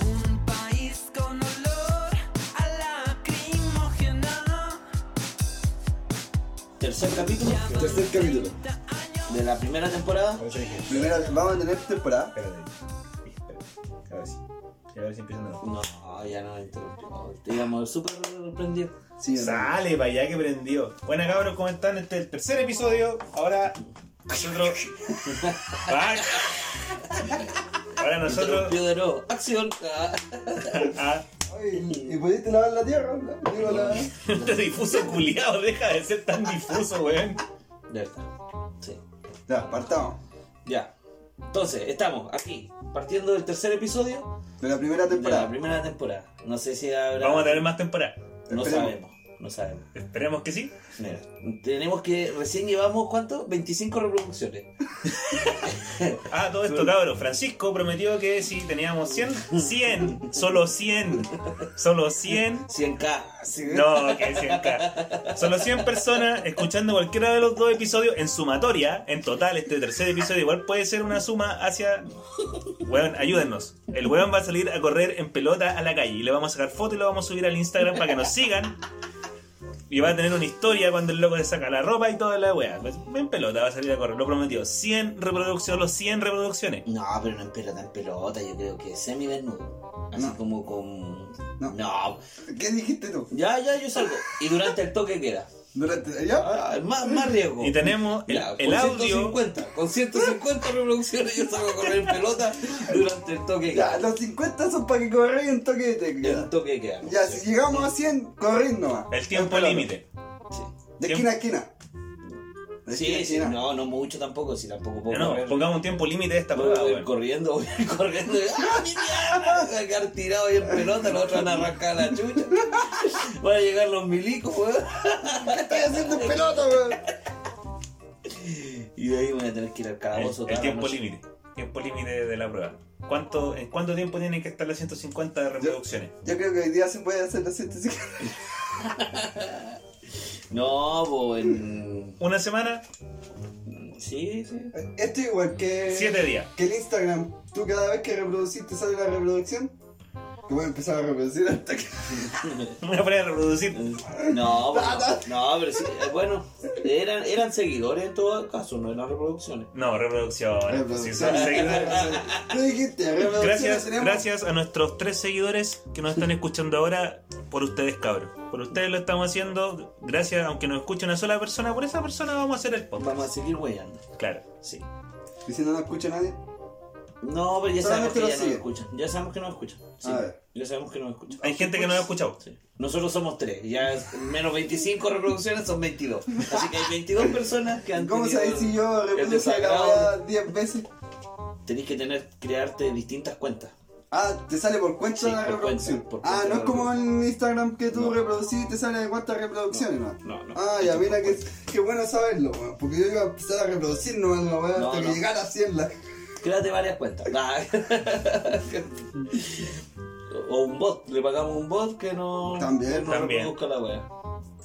Un país con olor a lacrimógena. Tercer capítulo Tercer capítulo. de la primera temporada. Por eso dije, Primera, vamos a tener temporada. espérate. Sí, espérate. Ahora sí. Y ahora sí empiezan a no. No, ya no interrumpimos. Te íbamos súper prendido. Sí, hermano. Sale, para allá que prendió. Bueno, cabros, ¿cómo están? Este es el tercer episodio. Ahora nosotros. Ay. Ahora nosotros. Interrumpido de nuevo. Acción. Ah. Ah, Ay, ¿Y pudiste lavar la tierra? La- Digo, la... este difuso culiado, deja de ser tan difuso, weón. Ya está. Sí. Ya, partamos. Ya. Entonces, estamos aquí, partiendo del tercer episodio De la primera de la temporada. primera temporada. No sé si habrá. Vamos a tener más temporada. No Esperemos. sabemos. No sabemos. Esperemos que sí. Mira, tenemos que. Recién llevamos, ¿cuánto? 25 reproducciones. Ah, todo esto, cabros. Francisco prometió que si teníamos 100, 100, solo 100, solo 100. 100k. No, que 100k. Solo 100 personas escuchando cualquiera de los dos episodios en sumatoria. En total, este tercer episodio igual puede ser una suma hacia. Weón, ayúdennos. El weón va a salir a correr en pelota a la calle y le vamos a sacar foto y lo vamos a subir al Instagram para que nos sigan. Y va a tener una historia cuando el loco se saca la ropa y toda la weá. Pues, en pelota va a salir a correr, lo prometió. 100 reproducciones, los 100 reproducciones. No, pero no en pelota, en pelota, yo creo que semi desnudo. Así No. como con. No. no. ¿Qué dijiste tú? Ya, ya, yo salgo. Y durante el toque queda. Durante... ¿Ya? Ah, más, más riesgo. Y tenemos el, Ya, con el audio. 150, con 150 reproducciones yo salgo a correr en pelota durante el toque de Ya, queda. los 50 son para que corréis un toque de El técnica. toque de queda. ¿no? Ya, Sí. si llegamos a 100, corrid nomás. El tiempo Pelota. límite. Sí. De esquina a esquina. De Sí, esquina a sí, esquina. no, no mucho tampoco, si tampoco puedo No, correr. pongamos un tiempo límite a esta Voy prueba, a ir weón. corriendo, voy a ir corriendo. y- ¡Ah, mi diablo! Voy a quedar tirado ahí en pelota, los otros van a arrancar la chucha. Van a llegar los milicos, weón. ¿Qué estoy haciendo en pelota, weón? Y de ahí voy a tener que ir al El, calabozo. el toda la tiempo noche. límite. Tiempo límite de la prueba. ¿Cuánto, ¿En cuánto tiempo tienen que estar las 150 de reproducciones? Yo creo que hoy día se puede hacer los 150. No, pues en... Una semana, Sí, sí. Esto igual que. 7 días. Que el Instagram. Tú cada vez que reproduciste sale la reproducción. Que voy a empezar a reproducir hasta que. Una prueba de reproducir. No, pues, no, no, pero sí, eh, bueno, eran, eran seguidores en todo caso, no eran reproducciones. No, reproducciones. pues, si son Reproducciones. seguidores. Tú dijiste, reproducciones Gracias, tenemos. gracias a nuestros tres seguidores que nos están escuchando ahora por ustedes, cabros. Por ustedes lo estamos haciendo. Gracias, aunque nos escuche una sola persona, por esa persona vamos a hacer el podcast. Vamos a seguir weyando, Claro. sí. Y si no nos escucha nadie. No, pero ya sabemos Solamente que lo ya no sigue. escuchan. Ya sabemos que no escuchan. Sí, A ver. ya sabemos que no escuchan. Hay gente que no lo ha escuchado. Sí. Nosotros somos tres, ya es- menos 25 reproducciones son 22. Así que hay 22 personas que han ¿Cómo tenido sabes si yo el reproduje la desagrado. weá 10 veces? Tenés que tener, crearte distintas cuentas. Ah, te sale por cuenta Sí, la por reproducción. cuenta, por ah, cuenta no es la como en Instagram que tú No. reproducís y te sale de cuántas reproducciones, ¿no? No, no. Ah, ya, mira que, que bueno saberlo, weón. Porque yo iba a empezar a reproducir nomás la weá No, hasta no. que llegara a 100 la. Créate varias cuentas. Ah. o un bot, le pagamos un bot que no, También. no También. reproduzca la wea.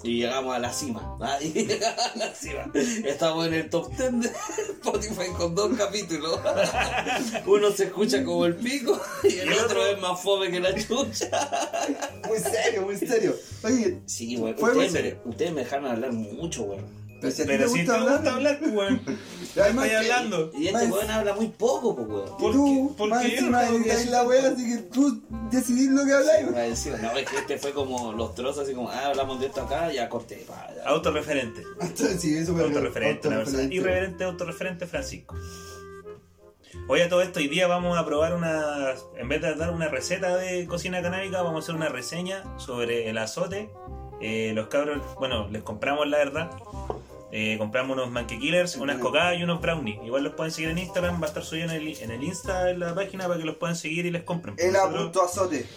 Y llegamos a la cima. ah, Y llegamos a la cima. Estamos en el top 10 de Spotify con dos capítulos. Uno se escucha como el pico y el otro es más fome que la chucha. Muy serio, muy serio. Oye, Sí, weón. Fue muy Ustedes, serio. me- ustedes me dejaron hablar mucho, weón. pero si a ti te Pero si gusta te gusta hablar, hablar, pues, weón. además Vaya que- hablando. Y este Más- weón habla muy poco, pues, weón. y ¿Por tú, qué? ¿Por más qué? encima No tengo que editáis decir la weá, así que tú decidís lo que habláis. Iba a decir, No, es que este fue como los trozos, así como, ah, hablamos de esto acá, ya corté. pa, ya. Autorreferente. Entonces, sí, eso me- Autorreferente, una persona autorreferente. irreverente, autorreferente Francisco. Oye, a todo esto, hoy día vamos a probar una. En vez de dar una receta de cocina canábica, vamos a hacer una reseña sobre el azote. Eh, los cabros, bueno, les compramos la verdad. Eh, compramos unos monkey killers, unas cocadas y unos brownies. Igual los pueden seguir en Instagram, va a estar subido en el, en el Insta, en la página, para que los puedan seguir y les compren. El Nosotros- apunto azote.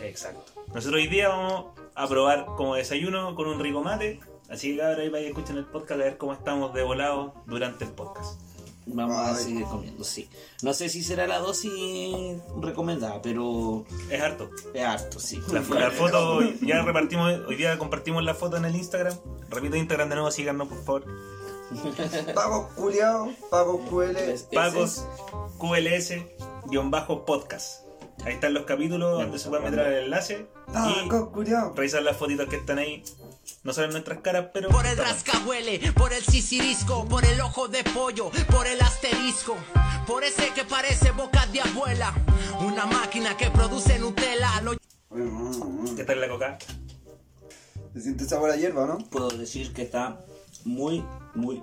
Exacto. Nosotros hoy día vamos a probar como desayuno con un rico mate. Así que ahora ahí para que escuchen el podcast a ver cómo estamos de volados durante el podcast. Vamos a Ay. seguir comiendo, sí. No sé si será la dosis recomendada, pero Es harto. es harto, sí. La, la foto, ya repartimos, hoy día compartimos la foto en el Instagram. Repito Instagram de nuevo, síganos por favor. Pagos culiados, pagos QL. Es- Pagos QLS-podcast. Ahí están los capítulos donde se puede meter el enlace. Y Pagos culiados. revisar las fotitos que están ahí. No salen nuestras caras, pero. Por el estamos. rascahuele, por el sisirisco, por el ojo de pollo, por el asterisco, por ese que parece boca de abuela, una máquina que produce Nutella. Lo Mm, ¿Qué tal la coca? Se siente sabor a hierba, ¿no? Puedo decir que está muy, muy,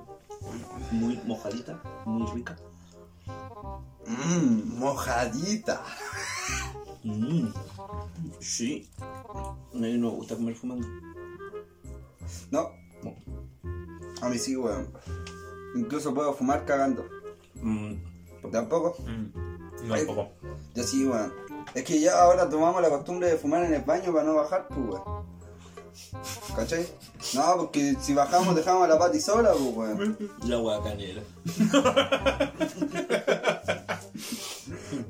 muy mojadita, muy rica. Mm. Mmm, mojadita. Mm. Sí. No, no me gusta comer fumando. No. A mí sí, weón. Incluso puedo fumar cagando. Mm. Tampoco. Mm, no, un poco. Yo sí, weón. Es que ya ahora tomamos la costumbre de fumar en el baño para no bajar, pues, weón. ¿Cachai? No, porque si bajamos dejamos a la pati sola, pues, weón. La guacanera.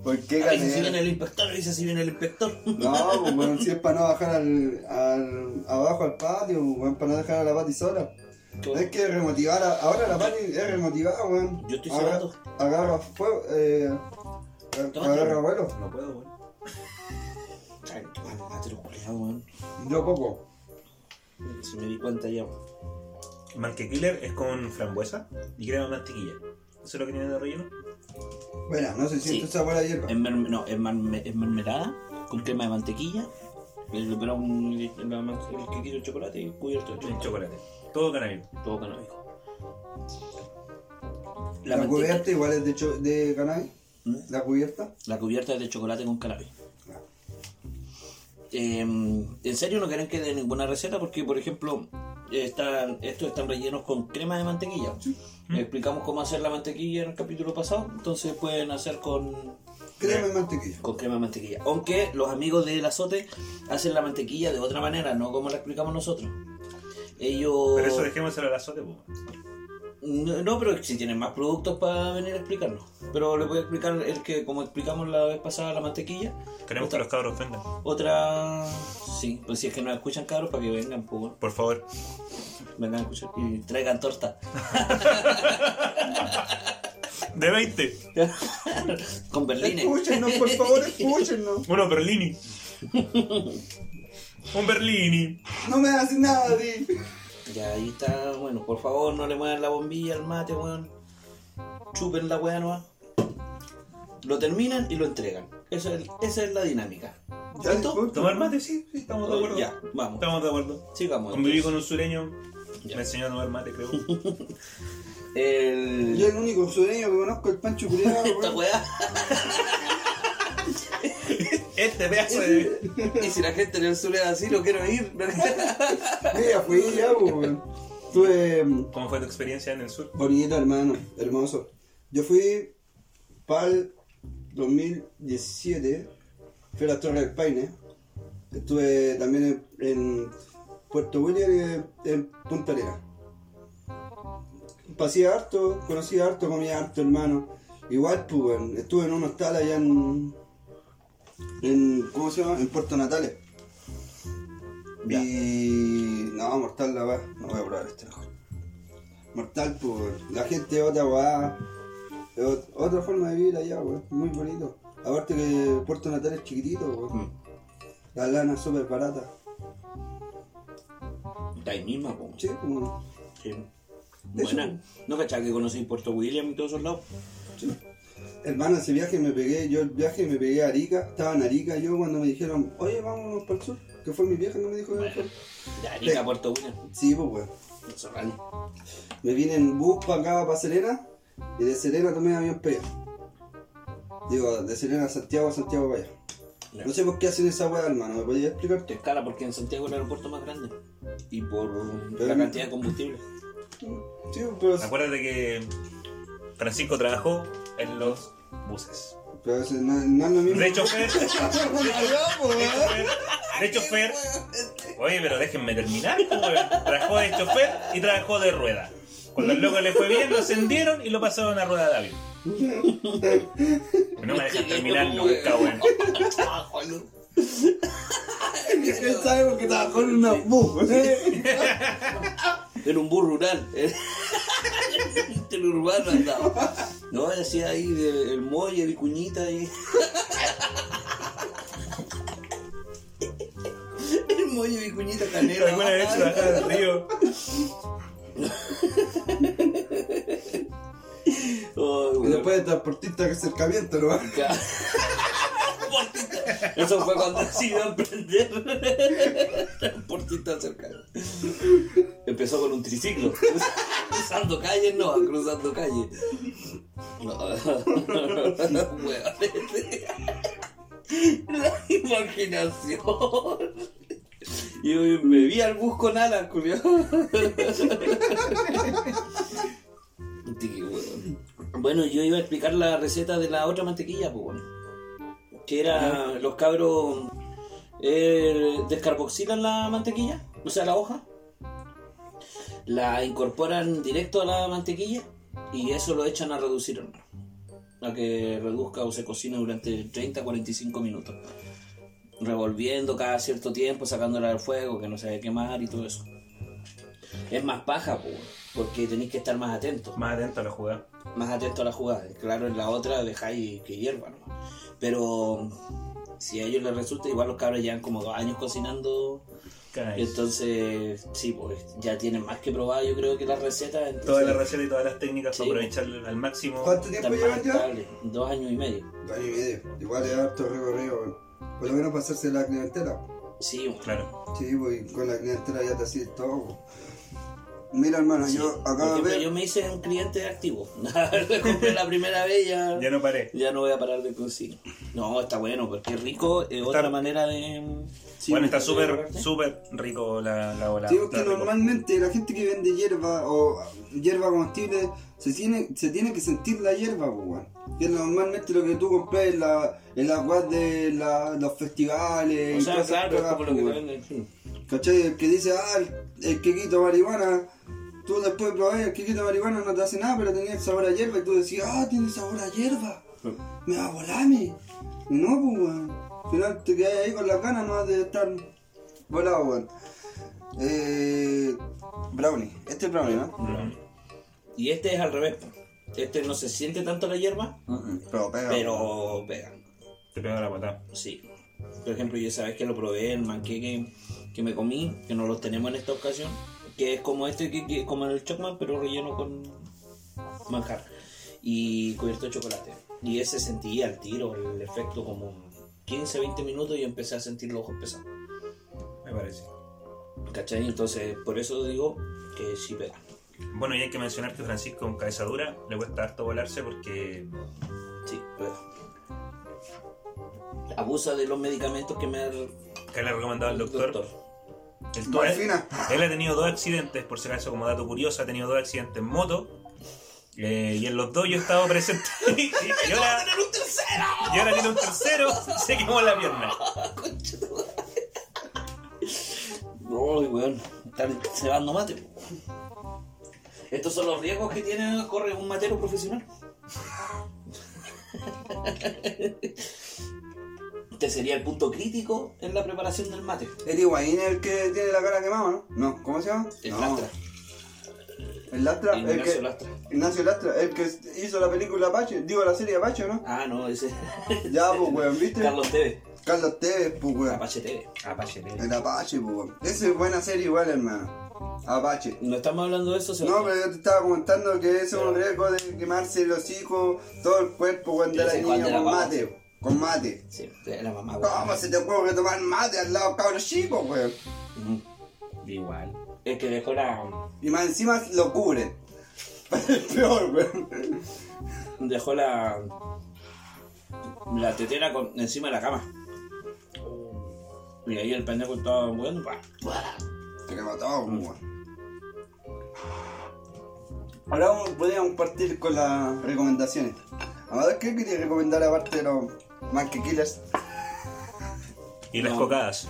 ¿Por qué Ay, si viene canela? el inspector, dice si viene el inspector. No, pues, weón, si es para no bajar al, al, abajo al patio, pues, weón, para no dejar a la pati sola. Es que remotivar, a- ahora la pati es remotivada, weón. Yo estoy Agarra- cebando. Agarra fuego, eh. Toma, Agarra toma. vuelo. No puedo, weón. Tranquilo, mátelo, culiao, weón. Yo poco. Si me di cuenta ya. Monkey Killer es con frambuesa y crema de mantequilla. ¿Eso es lo que tiene de relleno? Bueno, no se siente Sí. sabor a hierba. Es, merme- no, es, marme- es mermelada con crema de mantequilla. Le pero un la man- el que quiere chocolate y cubierto de En chocolate. chocolate. Todo canario. Todo canónico. La, La, mantequilla- cubierta igual es de, cho- de cannabis. ¿Mm? La cubierta. la cubierta es de chocolate con cannabis. Eh, en serio no quieren que dé ninguna receta porque, por ejemplo, están, estos están rellenos con crema de mantequilla. Explicamos cómo hacer la mantequilla en el capítulo pasado, entonces pueden hacer con, Crema y mantequilla. con crema de mantequilla. Aunque los amigos del azote hacen la mantequilla de otra manera, no como la explicamos nosotros. Ellos... Pero eso dejémoselo al azote, po. No, no, pero si tienen más productos para venir a explicarnos. Pero le voy a explicar el que, como explicamos la vez pasada, la mantequilla. Queremos que otra, los cabros ofendan. otra- Sí, pues si es que nos escuchan, cabros, para que vengan, pues bueno, Por favor. vengan a escuchar. Y traigan torta. De 20. Con berlines. Escúchenos, por favor, escúchenos. Uno Berlini. Un Berlini. No me das nada, di. Ya ahí está, bueno, por favor, no le muevan la bombilla al mate, weón. Chupen la weá nomás. Lo terminan y lo entregan. Eso es, esa es la dinámica. Ya, ¿Listo? disculpa. ¿Tomar mate? Sí, sí, estamos de acuerdo. Ya, vamos. Estamos de acuerdo. Sigamos. Conviví entonces. con un sureño. Ya. Me enseñó a tomar mate, creo. El... Yo el único sureño que conozco es el Pancho Culeado, Esta weón. weá. Este pedazo de. Y si la gente en el sur es así, lo quiero ir. Mira, fui ya, weón. Tuve mm, ¿Cómo fue tu experiencia en el sur? bonito, hermano, hermoso. Yo fui pal 2017, fui a la Torre del Paine. Estuve también en, en Puerto William y en- en Punta Arenas. Pasé harto, conocí harto, comí harto, hermano. Igual, pues, weón, estuve en un hostal allá en, en. ¿Cómo se llama? En Puerto Natales. Ya. Y. No, mortal la weá. No voy a probar este mejor. Mortal, pues, weón. La gente es otra weá. Es ot- Otra forma de vivir allá, weón. Muy bonito. Aparte que Puerto Natales es chiquitito, weón. Mm. La lana es súper barata. Está ahí mismo, po. Sí, pues, weón. Sí. De hecho- Buena. ¿No cachai que conocí Puerto William y todos esos lados? Hermano, ese viaje me pegué, yo el viaje me pegué a Arica, estaba en Arica yo cuando me dijeron, oye, vámonos para el sur, que fue mi viaje, no me dijo que Bueno. fue. De Arica Sí. a Puerto William. Sí, pues weón. Eso es real. Me vine en bus para acá, para Serena, y de Serena tomé avión para allá. Digo, de Serena a Santiago, a Santiago para allá. Ya. No sé por qué hacen esa weá, hermano, ¿me podías explicar Es cara porque en Santiago es el aeropuerto más grande. Y por la Pero- cantidad de combustible. Sí, pues, pero, Acuérdate que Francisco trabajó en los buses. pero eso no, no es lo mismo. De chofer. De chofer. De chofer. pues, Oye, pero déjenme terminar, po, weón. Trabajó de chofer y trabajó de rueda. Cuando el loco le fue bien, lo ascendieron y lo pasaron a rueda de avión. No me dejan terminar nunca, weón. Él sabe porque trabajó en una bus. en un bus rural. En urbano andaba. No, decía ahí el, el Moyer y Cuñita y. El Moyer y Cuñita canela. Alguna vez trabajaron en el río. Ay, Y güey. después de transportista que acercamiento, ¿no? Ya. Eso fue cuando decidió emprender. Transportista cercano. Empezó con un triciclo. Cruzando calles, no, cruzando calles. No, weón. La imaginación. Y me vi al bus con alas, curioso. Bueno, yo iba a explicar la receta de la otra mantequilla, pues bueno. Que era, los cabros eh, descarboxilan la mantequilla, o sea, la hoja. La incorporan directo a la mantequilla y eso lo echan a reducir en horno. A que reduzca o se cocine durante 30-45 minutos. Revolviendo cada cierto tiempo, sacándola del fuego, que no se vaya a quemar y todo eso. Es más paja, pues, porque tenéis que estar más atentos Más atento a la jugada. más atento a la jugada. Claro, en la otra dejáis que hierva, ¿no? Pero si a ellos les resulta, igual los cabros llevan como dos años cocinando. Caray. Entonces, sí, pues ya tienen más que probar, yo creo que las recetas. entonces, Todas las recetas y todas las técnicas para Sí. aprovechar al máximo. ¿Cuánto tiempo están más llevan ya? estables. Dos años y medio. Dos años y medio. Igual es harto recorrido, weón. Por lo menos pasarse la clientela. Sí, bueno. Claro. Sí, pues y con la clientela ya te haces todo. weón. Mira, hermano, Sí. Ah, yo Por acabo de ejemplo, ver. yo me hice un cliente activo. Le compré la primera vez ya. Ya no paré. Ya no voy a parar de cocinar. No, está bueno, porque es rico. Es otra manera de. sí, bueno, está de súper, prepararte. súper rico la, la bola. Sí, porque Está rico. normalmente la gente que vende hierba o hierba comestible se tiene, se tiene que sentir la hierba, pues, weón. Que normalmente lo que tú compras en, la, en las weas de la- los festivales. O y sea, todas esas claro, es cosas, como lo que pues, te weón. venden. sí. ¿Cachai? El que dice, ah, el, el quequito marihuana. Tú después probás el quequito marihuana, no te hace nada, pero tenía el sabor a hierba. Y tú decías, ah, tiene sabor a hierba. Me va a volar, me. No, pues, weón. Al final te quedas ahí con las ganas, no de estar volado, weón. Eh, brownie. Este es brownie, ¿no? Y este es al revés. po. Este no se siente tanto la hierba, Pero pega. pero pega. Te pego la patada. Sí. Por ejemplo, yo sabes que lo probé, el manqueque que me comí, que no los tenemos en esta ocasión, que es como este, que, que- como el chocman, pero relleno con manjar y cubierto de chocolate. Y ese sentía al tiro, el efecto como 15, 20 minutos y empecé a sentir los ojos pesados. Me parece. ¿Cachai? Entonces, por eso digo que sí pega. Bueno, y hay que mencionar que Francisco con cabeza dura le cuesta harto volarse porque Sí, pega. Abusa de los medicamentos que me ha que le ha recomendado el doctor. El tu- él, Morfina. él ha tenido dos accidentes, por si acaso, como dato curioso, ha tenido dos accidentes en moto. eh, y en los dos yo he estado presente. y, y ahora, un tercero! y ahora tiene un tercero, se quemó la pierna. No, weón, están cebando mate. po. Estos son los riesgos que tiene corre un matero profesional. Este sería el punto crítico en la preparación del mate. El Higuaín es el que tiene la cara quemada, ¿no? No, ¿cómo se llama? El no. lastra, El Lastra. el El Ignacio que, Lastra. Ignacio Lastra, el que hizo la película Apache, digo la serie Apache, ¿no? Ah, no, ese. Ya, pues, weón, ¿viste? Carlos Tevez. Carlos Tevez, pues, weón. Apache Tevez. Apache Tevez. El Apache, pues, weón. Esa es buena serie igual, hermano. Apache. No estamos hablando de eso, No, Sebastián. pero yo te estaba comentando que eso es un riesgo de quemarse los hijos, todo el cuerpo cuando Pero era ese cuando niño era con guapo. mate, con mate. Sí, era mamá, ¿Cómo se te ocurre tomar mate al lado de cabros chicos, weón? Igual. Es que dejó la. Y más encima lo cubren. Peor, weón. Dejó la. La tetera con- encima de la cama. Y ahí el pendejo estaba bueno. pa. Se quemó todo, pues, weón. Ahora vamos- podríamos partir con las recomendaciones. Amador, ¿qué quería recomendar aparte de los Monkey Killers? Y las No. cocadas.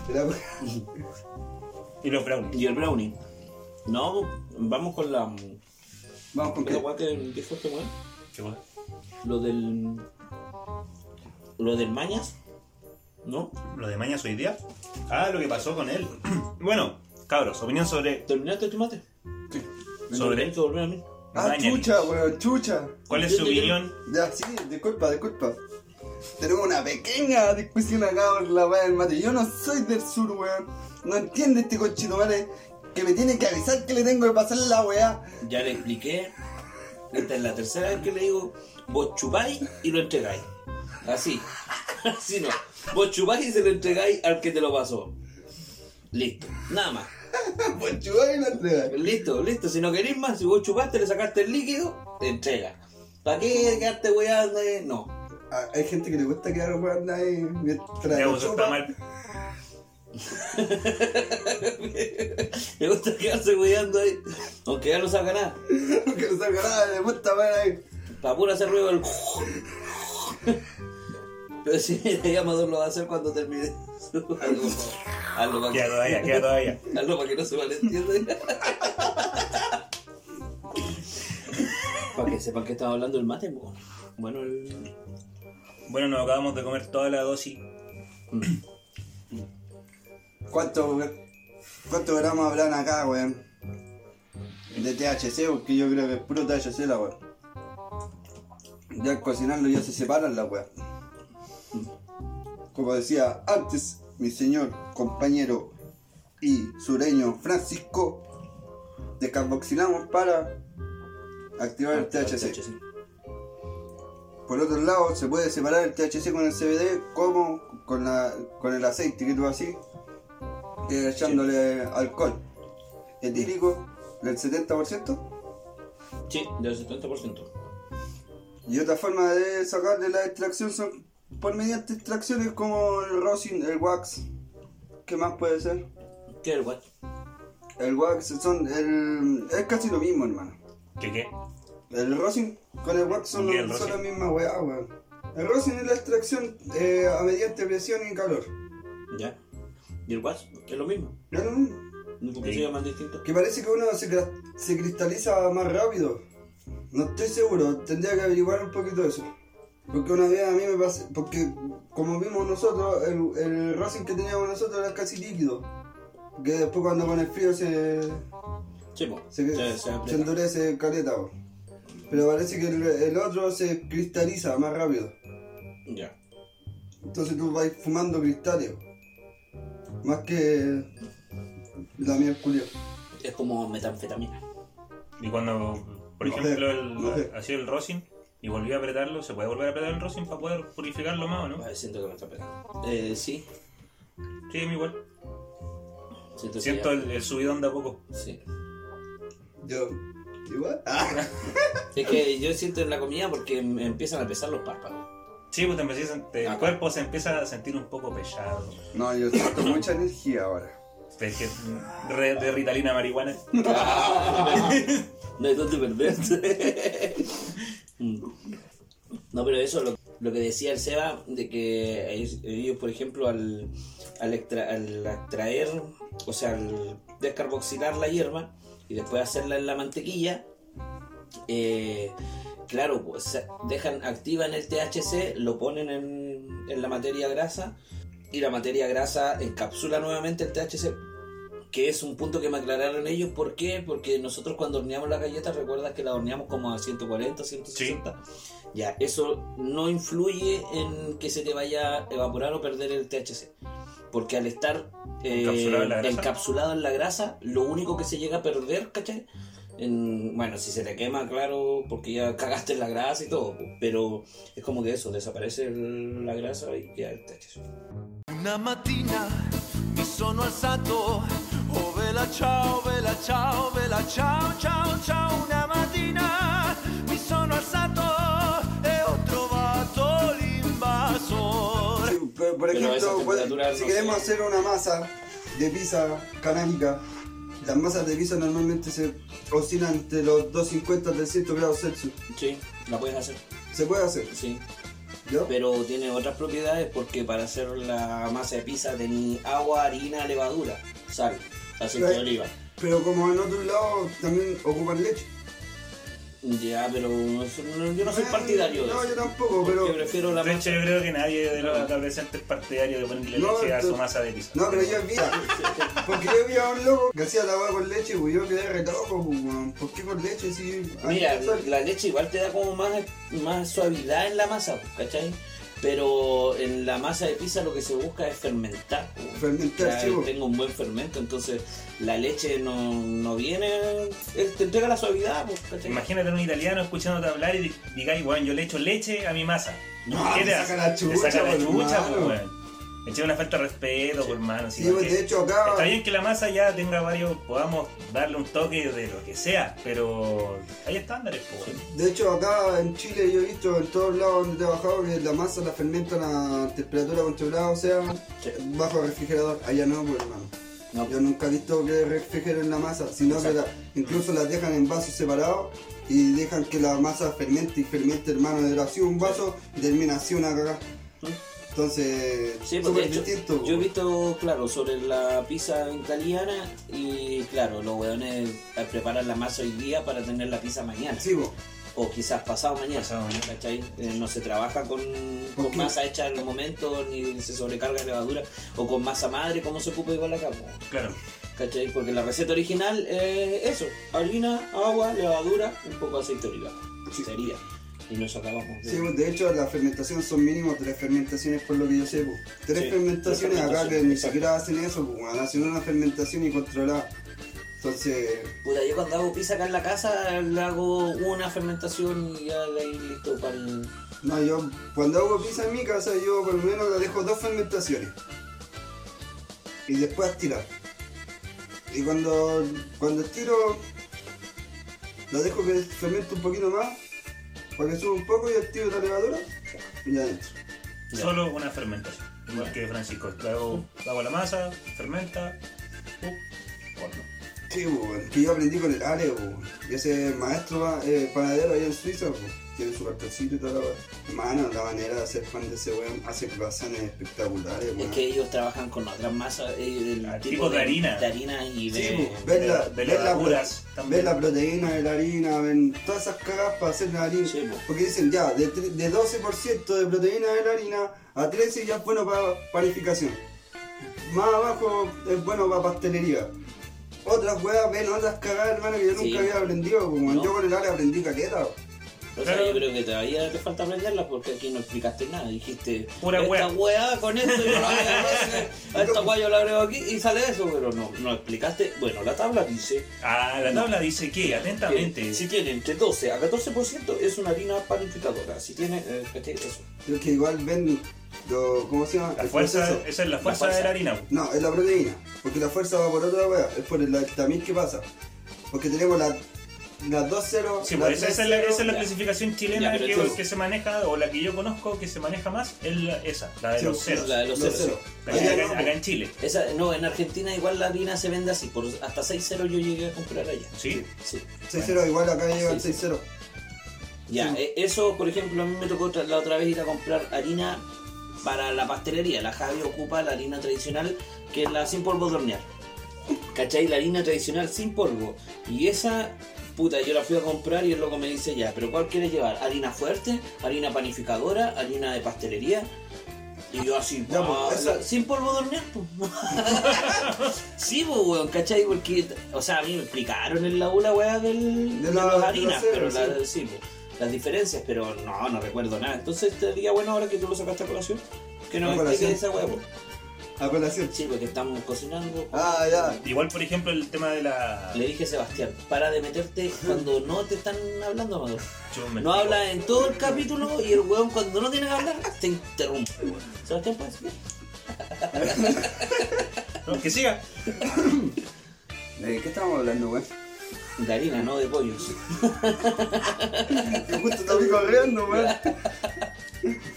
Y los brownies. Y el brownie. No, vamos con la. Vamos con Pero que. weón, que- ¿qué fue este weón? Qué bueno. Lo del. Lo del Mañas. ¿No? ¿Lo de Mañas hoy día? Ah, lo que pasó con él. bueno, cabros, opinión sobre. ¿Terminaste tu mate? sobre Tienes que volver a mí. Ah, Mañas. chucha, weón, chucha. ¿Cuál es su Yo te quiero- opinión? Ya, sí, disculpa, disculpa. Tenemos una pequeña discusión acá por la weá del mate. Yo no soy del sur, weón. No entiende este cochito, ¿vale? Que me tiene que avisar que le tengo que pasar la weá. Ya le expliqué. Esta es la tercera vez que le digo, vos chupáis y lo entregáis. Así. Así no. Vos chupáis y se lo entregáis al que te lo pasó. Listo. Nada más. Pues chubá y la entrega. Listo, listo. Si no querés más, si vos chupaste, le sacaste el líquido, te entrega. ¿Para qué quedarte weando? eh? No. Ah, Hay gente que le gusta quedar weón ahí mientras. Ya, vos está chupa. mal. Me gusta quedarse weando ahí. Aunque ya no saca nada. Porque no saca nada, le gusta ver ahí. Para puro hacer ruido el... Pero si el llamador lo va a hacer cuando termine. Hazlo, hazlo para que, Queda todavía, queda todavía. hazlo para que no se malentienda. para que sepan que estaba hablando el mate. po. Bueno, el... Bueno, nos acabamos de comer toda la dosis. ¿Cuánto, weón? ¿Cuánto gramos hablan acá, weón? De THC, porque yo creo que es puro THC la weá. Ya al cocinarlo ya se separan la weá. Como decía antes mi señor compañero y sureño Francisco, descarboxilamos para ah, activar Ah, el THC. Por otro lado, se puede separar el THC con el CBD como con, la, con el aceite que tú así, que echándole alcohol etílico del 70%. Sí, del 70%. Y otra forma de sacar de la extracción son por mediante extracciones como el rosin, el wax. ¿Qué más puede ser? ¿Qué es el guacho? El wax son el, es casi lo mismo, hermano. ¿Qué qué? El rosin con el wax son, ¿Qué es el son la rosin? misma weá, weón. El rosin es la extracción eh, a mediante presión y calor. ¿Ya? ¿Y el guacho? Es lo mismo. ¿No es lo mismo? ¿Por qué Sí. se llaman distintos? Que parece que uno se, cra- se cristaliza más rápido. No estoy seguro, tendría que averiguar un poquito eso. Porque una vez a mí me pasó, porque como vimos nosotros, el, el rosin que teníamos nosotros era casi líquido. Que después cuando con el frío se, Sí, po. se, Se- se se aprieta. endurece caleta. po. Pero parece que el, el otro se cristaliza más rápido. Ya. Entonces tú vas fumando cristales. Más que la miel culiao. Es como metanfetamina. Y cuando, por No sé, ejemplo, el, no sé. hacía el rosin y volví a apretarlo, ¿se puede volver a apretar el rosin para poder purificarlo más o no? Ay, Siento que me está pegando. Eh, sí. Sí, a mí igual. Siento, que Siento ya- el, el subidón de a poco. Sí. Yo, Ah. igual. Es que yo siento en la comida porque me empiezan a pesar los párpados. Sí, pues te empiezas a- te- el Ajá. cuerpo se empieza a sentir un poco pesado. No, yo siento mucha energía ahora. De, de, mm, de ritalina marihuana. no hay dónde perderse. no, pero eso, lo, lo que decía el Seba, de que ellos, ellos, por ejemplo, al, al, extra- al extraer, o sea, al descarboxilar la hierba y después hacerla en la mantequilla, eh, claro, pues, se- dejan, activan el THC, lo ponen en, en la materia grasa y la materia grasa encapsula nuevamente el THC que es un punto que me aclararon ellos. ¿Por qué? Porque nosotros cuando horneamos las galletas, recuerdas que las horneamos como a 140, 160. Ya, eso no influye en que se te vaya a evaporar o perder el THC. Porque al estar eh, Encapsulado en la grasa. encapsulado en la grasa, lo único que se llega a perder, ¿cachai? En- bueno, si se te quema, claro, porque ya cagaste en la grasa y todo. pues, Pero es como que eso, desaparece el- la grasa y ya el THC. Una mattina mi sono alzato, oh vela ciao, vela ciao, vela ciao, ciao, ciao. Una mattina mi sono alzato e ho trovato l'invasore. Sí, por, por Pero ejemplo, esa pues, temperatura si no queremos sé. hacer una masa de pizza canábica, las masas de pizza normalmente se cocinan entre los 250 y 300 grados Celsius. Sí, la puedes hacer, Se puede hacer, sí. ¿yo? pero tiene otras propiedades porque para hacer la masa de pizza tenía agua, harina, levadura, sal, aceite de Eh. oliva. Pero como en otros lados también ocupan leche. Ya, pero eso no- yo no soy partidario de No, yo eso. tampoco, Yo pero. prefiero la De hecho, yo creo que nadie de los acá presentes es partidario de ponerle No, leche a tú- su masa de pizza. No, pero yo vi. Porque yo vi a un loco que hacía la hueá con leche, güey. Yo quedé re loco, pues, weón. ¿Por qué con leche? Si. a mí Mira, me sale- la leche igual te da como más, más suavidad en la masa, pues, ¿cachai? Pero en la masa de pizza lo que se busca es fermentar. pues. Fermentar, Ya sí, pues. tengo un buen fermento, entonces la leche no, no viene, eh, te entrega la suavidad, pues, ¿cachai? Imagínate a un italiano escuchándote hablar y di- digáis, weón, yo le echo leche a mi masa. No, te saca la Te saca la chucha, pues, chucha, pues, hermano. weón. Eché una falta de respeto, pues, hermano. si Sí, no pues, que- de hecho acá. Está bien que la masa ya tenga varios, podamos darle un toque de lo que sea, pero hay estándares, pues, weón. De hecho, acá en Chile yo he visto en todos lados donde he trabajado que la masa la fermentan a temperatura controlada, o sea, Sí. bajo refrigerador. Allá no, pues hermano. No. Yo nunca he visto que refrigeren la masa, sino que Exacto. la- incluso las dejan en vasos separados y dejan que la masa fermente y fermente, hermano. Era así un vaso y termina así una cagada. Sí. Entonces, Sí, porque súper de hecho, distinto. pues. yo he po. visto, claro, sobre la pizza italiana y claro, los weones preparan la masa hoy día para tener la pizza mañana. Sí, pues. po. O quizás pasado mañana. Pasado mañana. ¿cachai? Eh, no se trabaja con, ¿Por con qué? masa hecha al momento, ni se sobrecarga de levadura, o con masa madre, como se ocupa igual acá. po. Claro. ¿Cachai? Porque la receta original es eso, harina, agua, levadura, un poco de aceite de oliva. Sí. Sería. Y nos acabamos. de- Sí, pues, de hecho la fermentación son mínimo tres fermentaciones por lo que yo sé. pues. Tres Sí, fermentaciones tres acá que fermentaciones, ni siquiera hacen eso, pues, weón, hacen una fermentación y controlada. Entonces, Puta, yo cuando hago pizza acá en la casa, le hago una fermentación y ya de ahí listo para el... no, yo cuando hago pizza en mi casa, yo por lo menos la dejo dos fermentaciones. Y después tirar. Y cuando, cuando estiro, la dejo que fermente un poquito más, para que suba un poco y activo la levadura y ya adentro. Ya. Solo una fermentación. Igual que Francisco, hago, hago la masa, fermenta, uh, horno. Sí, bo, bueno, que yo aprendí con el Ale, bo, bueno. y ese maestro va- eh, panadero allá en Suiza, bo, tiene su cartoncito y toda la weá. Hermano, la manera de hacer pan de ese weón hace croissants espectaculares, Es weón. que ellos trabajan con otras masas, eh, el Ah, tipo tipo de harina. De harina y de... Sí, pues, de- ven la, de ven la, levaduras también. ven la proteína de la harina, ven todas esas cagas para hacer la harina. Sí, bo. Porque dicen ya, de, tre- de 12% de proteína de la harina a 13 ya es bueno para panificación. Más abajo es bueno para pastelería. Otras weas ven otras cagadas, hermano, que yo Sí. nunca había aprendido. bo, bueno. No. Yo con el Ale aprendí caleta. bo. O sea, Claro. yo creo que todavía te falta aprenderla porque aquí no explicaste nada. Dijiste, Pura esta wea". weá con esto yo la agrego aquí, a esta weá yo la agrego aquí y sale eso, pero no, no explicaste. Bueno, la tabla dice Ah, la tabla dice que, atentamente, que si tiene entre 12 a 14% es una harina panificadora. Si tiene, eh, ¿cachai? eso. Yo que igual ven lo, ¿cómo se llama? la El fuerza, proceso. esa es la fuerza, fuerza. de la harina. pues. No, es la proteína. Porque la fuerza va por otra wea, es por el también que pasa. Porque tenemos la- las dos ceros. Sí, las pues esa, tres esa es la, ceros. esa es la ya. clasificación chilena Ya, pero que, tú- que se maneja, o la que yo conozco que se maneja más, es la- esa, la de Sí, los ceros. pues, la de los ceros. Acá, Allá no, acá- acá en Chile. Esa, no, en Argentina igual la harina se vende así, por hasta 6 ceros yo llegué a comprar allá. Sí, Sí. seis ceros, igual acá llegan Sí. seis ceros. Ya, Sí. eh, eso, por ejemplo, a mí me tocó otra- la otra vez ir a comprar harina para la pastelería. La Javi ocupa la harina tradicional, que es la sin polvo de hornear. ¿Cachai? La harina tradicional sin polvo. Y esa, puta, yo la fui a comprar y el loco me dice, ya, pero ¿cuál quieres llevar? ¿Harina fuerte? ¿Harina panificadora? ¿Harina de pastelería? Y yo así, Ya, "Ah, pues, esa- la- sin polvo de hornear, pues. Sí, pues, weón, ¿cachai? Porque, o sea, a mí me explicaron en la U la weá del, De de, la- las de harinas, la pero cera, la- sí, pues, las diferencias, pero no, no recuerdo nada. Entonces estaría bueno ahora que tú lo sacaste a colación, que ¿A nos colación? expliques esa weá, pues. A colación. Sí, porque estamos cocinando. Ah, ya. igual por ejemplo el tema de la... Le dije a Sebastián, para de meterte cuando no te están hablando, Amador. Yo me- No habla en todo el capítulo y el weón cuando no tiene que hablar, te interrumpe, weón. Sebastián, pues, ya. No, que siga. ¿De Eh, qué estamos hablando, weón? de harina, no de pollos. Justo estamos corriendo, weón.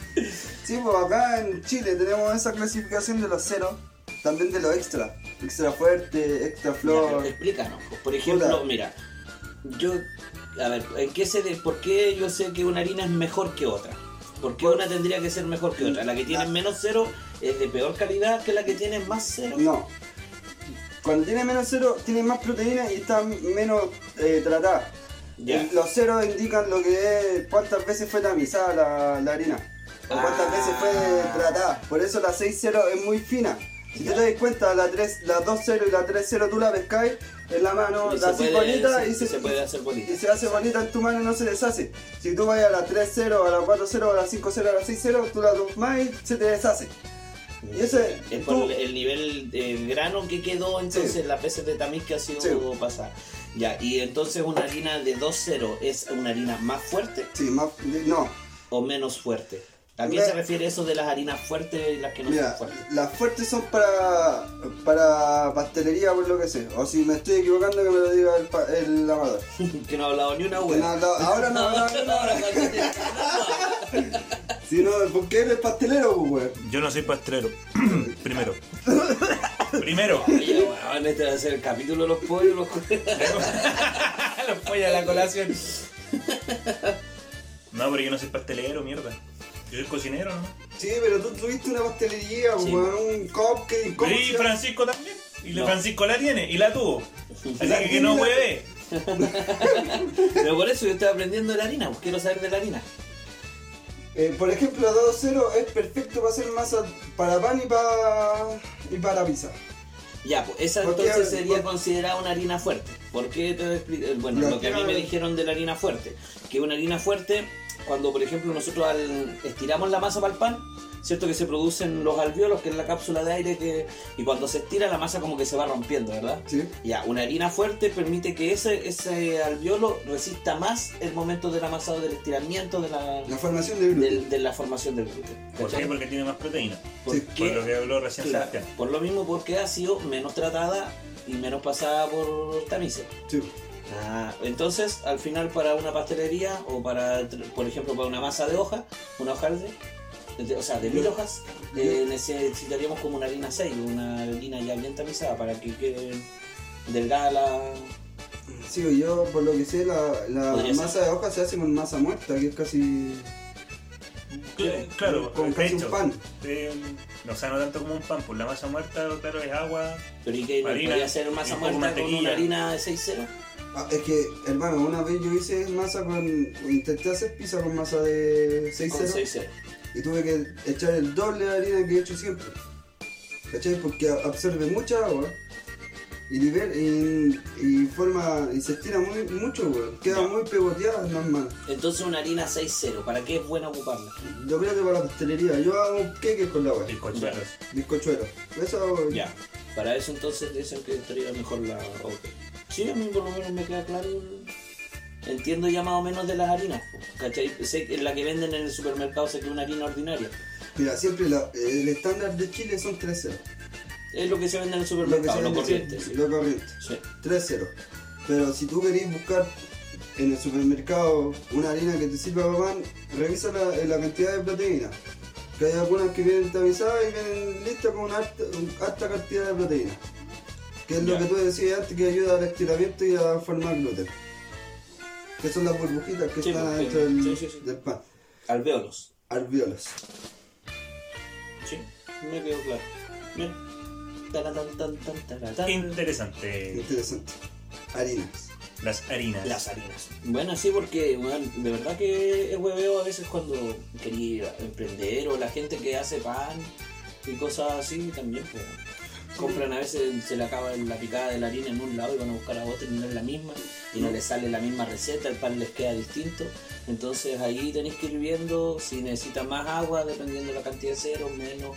Sí, pues acá en Chile tenemos esa clasificación de los ceros, también de los extra. Extra fuerte, extra Ya, pero flor. explícanos. pues. Por ejemplo, Puta. mira, yo, a ver, ¿en qué se de, ¿por qué yo sé que una harina es mejor que otra? ¿Por qué una tendría que ser mejor que otra? ¿La que tiene Ah. menos cero es de peor calidad que la que tiene más cero? No. Cuando tiene menos cero, tiene más proteína y está menos eh, tratada. Ya. El- Los ceros indican lo que es, cuántas veces fue tamizada la, la harina. O cuántas Ah. veces fue tratada. Por eso la 6-0 es muy fina. Si tú te das cuenta, la, tres- la 2-0 y la 3-0 tú la pescáis en la mano, Y la se haces puede- bonita se- y se, se puede hacer bonita. Y se hace bonita en tu mano y no se deshace. Si tú vas a la 3-0, a la 4-0, a la 5-0, a la 6-0, tú la tomas y se te deshace. Y ese Mm. Es por tú- el, el nivel el grano que quedó entonces Sí. las veces de tamiz que ha sido Sí. pasada. Ya, y entonces una harina de 2-0 es una harina más fuerte Sí, más, no, o menos fuerte. También Me- se refiere eso de las harinas fuertes y las que no Mira, son fuertes. las fuertes son para, para pastelería, por lo que sé. O si me estoy equivocando, que me lo diga el, pa- el amador. que no ha hablado ni una Que no ha hueá. hablado- ahora no, ahora no, ahora no. Si no, ¿por qué eres pastelero, pues, weón? Yo no soy pastrero. Primero. Primero. Oye, weón, este va a ser el capítulo de los pollos. Los... Los pollos a la colación. No, pero yo no soy pastelero, mierda. Yo soy cocinero, ¿no? Sí, pero tú tuviste una pastelería, pues, Sí. weón, un cupcake, un Y cupcake. Francisco también. Y le- No. Francisco la tiene y la tuvo. La Así que, que no tiene. hueve. Pero por eso yo estoy aprendiendo de la harina, pues quiero saber de la harina. Eh, por ejemplo, 2-0 es perfecto para hacer masa para pan y para, y para pizza. Ya, pues esa Porque- entonces sería porque- considerada una harina fuerte. ¿Por qué te voy a explicar? Bueno, Ya, lo que a mí claro. me dijeron de la harina fuerte, que una harina fuerte, cuando por ejemplo nosotros al- estiramos la masa para el pan, ¿cierto? Que se producen los alveolos, que es la cápsula de aire, que y cuando se estira la masa como que se va rompiendo, ¿verdad? Sí. Ya, una harina fuerte permite que ese, ese alveolo resista más el momento del amasado, del estiramiento, de la, La formación de gluten. del- de la formación del gluten. ¿Por ¿cachai? qué? Porque tiene más proteína. ¿Por Sí. qué? Por lo que habló recién Claro, Sebastián. por lo mismo porque ha sido menos tratada y menos pasada por tamices. Sí. Ah, entonces, al final para una pastelería o para, por ejemplo, para una masa de hoja, una hojalde, de- o sea, de mil hojas, eh, necesitaríamos como una harina 6, una harina ya bien tamizada para que quede delgada la... Sí, o yo por lo que sé, la, la Podría ser. masa de hoja se hace con masa muerta, que es casi Cl- Claro, Con de casi un hecho, pan. eh, no, o sea, no tanto como un pan, pues la masa muerta, claro, es agua. Pero y que no Harina, podría hacer y masa un poco muerta con una mantequilla. harina de 6-0. Ah, es que, hermano, una vez yo hice masa con. Intenté hacer pizza con masa de Con 6-0 6-0. y tuve que echar el doble de harina que he hecho siempre. ¿Cachai? Porque absorbe mucha agua y, libera, y, y forma. y se estira muy, mucho, weón. Queda Ya. muy pegoteada las manos. Entonces una harina 6-0, ¿para qué es buena ocuparla? Yo creo que para la pastelería, yo hago queques con la weá, Bizcochuelos. bizcochuelos. Eso hago. Ya, para eso entonces dicen que estaría mejor la ok. Sí, a mí por lo menos me queda claro. Entiendo ya más o menos de las harinas, po, ¿cachai? Sé que la que venden en el supermercado sé que es una harina ordinaria. Mira, siempre la- el estándar de Chile son 3-0. Es lo que se vende en el Lo que supermercado, se lo vende corriente. siempre, Sí. Lo corriente. Sí. 3-0. Pero si tú querés buscar en el supermercado una harina que te sirva para pan, revisa la, eh, la cantidad de proteína. Que hay algunas que vienen tamizadas y vienen listas con una alta, alta cantidad de proteína. Que es lo Ya. que tú decías antes que ayuda al estiramiento y a formar gluten. Que son las burbujitas que Sí, están porque- adentro del, sí, sí, sí. del pan. Alveolos. Alveolos. Sí, me quedó claro. Mira. Taratán, tan, tan, taratán. Interesante. Interesante. Harinas. Las harinas. Las harinas. Bueno, sí, porque weón, de verdad que es hueveo a veces cuando quería emprender o la gente que hace pan y cosas así también. pues, compran a veces, se le acaba la picada de la harina en un lado y van a buscar a otro y no es la misma y no les sale la misma receta, el pan les queda distinto. Entonces ahí tenéis que ir viendo si necesita más agua dependiendo de la cantidad de cero, menos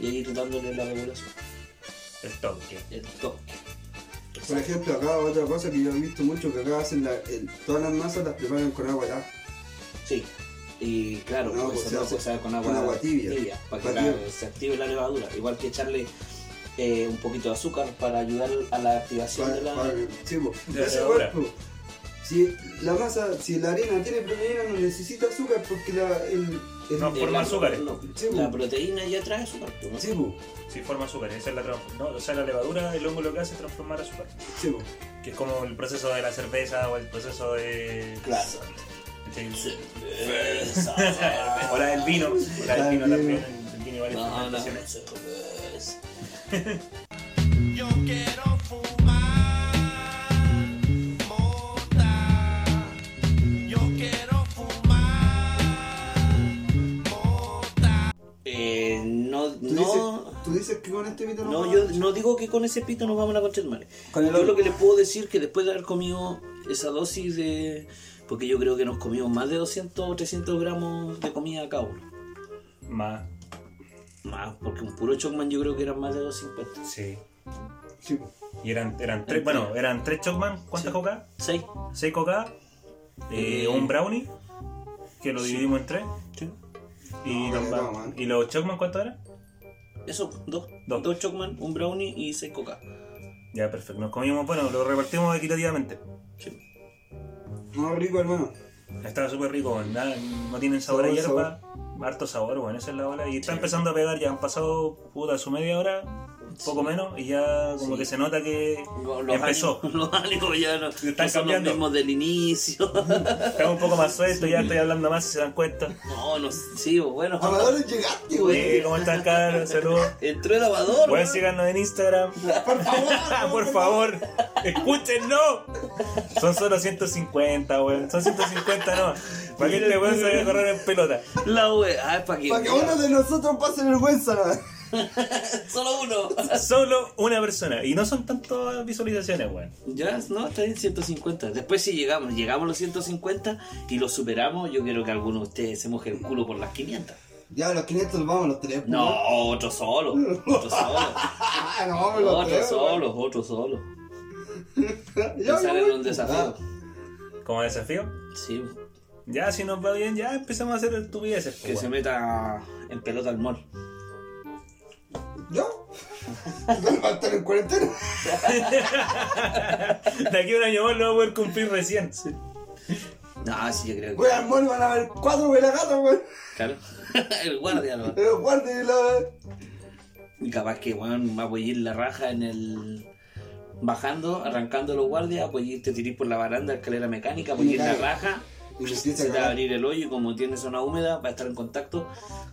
y ir dándole la regulación. El toque. El toque. Por ejemplo, acá otra cosa que yo he visto mucho, que acá hacen la- el- todas las masas las preparan con agua helada. Sí. Y claro, Con agua, pues, o eso sea, no, pues, se- sabe, con agua, con agua tibia. para que Agua la- tibia. se active la levadura. Igual que echarle eh, un poquito de azúcar para ayudar a la activación Para, de la. para, sí, po. Ya, Ese ya, cuerpo, Si la masa, si la harina tiene proteína no necesita azúcar porque la el, el- No. eh, forma la- azúcares. no, Sí, la bu. proteína ya trae azúcar. pues, ¿no? sí, po, Sí, forma azúcar. Esa es la transform- no, O sea, la levadura, el hongo lo que hace es transformar azúcar. sí, po. Que es como el proceso de la cerveza o el proceso de. Claro. Sí. Cerveza. O la del vino. La del vino La del también. vino. El vino y varias Ah, No, no, fermentaciones. cerveza. Yo quiero fumar mota Eh, dices que con este pito no No, vamos yo a- no digo que con ese pito nos vamos a la concha del mar. Con el Yo otro. lo que les puedo decir que después de haber comido esa dosis de... Porque yo creo que nos comimos más de 200 o 300 gramos de comida cada uno. Más. Más, porque un puro Chocman yo creo que eran más de 250. Sí. Sí, po. Y eran, eran tres, bueno, eran tres Chocman, ¿cuántas Sí. coca? ¿Seis? Seis coca, eh, Eh, un brownie, que lo dividimos en tres. Sí. Y, No, los, no, ba- man. ¿Y los Chocman cuánto eran? Eso, dos. Dos. Dos, Chocman, un brownie y seis coca. Ya, perfecto. Nos comimos, bueno, lo repartimos equitativamente. Sí. No, rico, hermano. Estaba súper rico, weón. nada, no tienen sabor a Sabor, hierba, harto sabor, bueno, esa es la bola. Y está Sí. empezando a pegar, ya han pasado puta su media hora, un poco Sí. menos, y ya como Sí. que se nota que Los empezó. ánimos- los ánimos ya no, Están no son los cambiando. mismos del inicio. Estaba un poco más suelto, ya estoy hablando más si se dan cuenta. no, no, sí, bueno. Amadores, llegaste, Eh, güey. ¿Cómo están, cabrón? Saludos. Entró el lavador. Pueden síganos en Instagram. Ah, Por favor. Por favor, escúchenlo. Son solo 150, weón. Son 150 no. Para que este weón se vaya a correr en pelota. La wea, Ah, es para que. Para que uno de nosotros pase vergüenza. Solo uno. Solo una persona. Y no son tantas visualizaciones, weón. Ya, no, está bien, 150. Después si llegamos, llegamos a los 150 y los superamos, yo quiero que alguno de ustedes se moje el culo por las 500. Ya, los 500 los vamos los tres. pues. No, po. otro solo. Otro solo. Ah, no, vamos los Otro tres. solo, otro solo. güey. Ya, Ah. Pensar en güey. un desafío. Como desafío. Sí, Ya, si nos va bien, ya empezamos a hacer estupideces. que pues, se weón. meta en pelota al mall. ¿Yo? ¿Va a estar en cuarentena? De aquí a un año más lo voy a poder cumplir recién. No, sí, yo creo que. Güey, al mall van a haber cuatro velagatas, güey. Claro. el guardia, ¿no? El guardia y la... Y capaz que, weón, va a apoyar la raja en el. Bajando, arrancando los guardias, apoyar, te tirís por la baranda, escalera mecánica, apoyar la Mecánica. raja. Y se Se empieza a te va a cagar. abrir el hoyo y como tiene zona húmeda, va a estar en contacto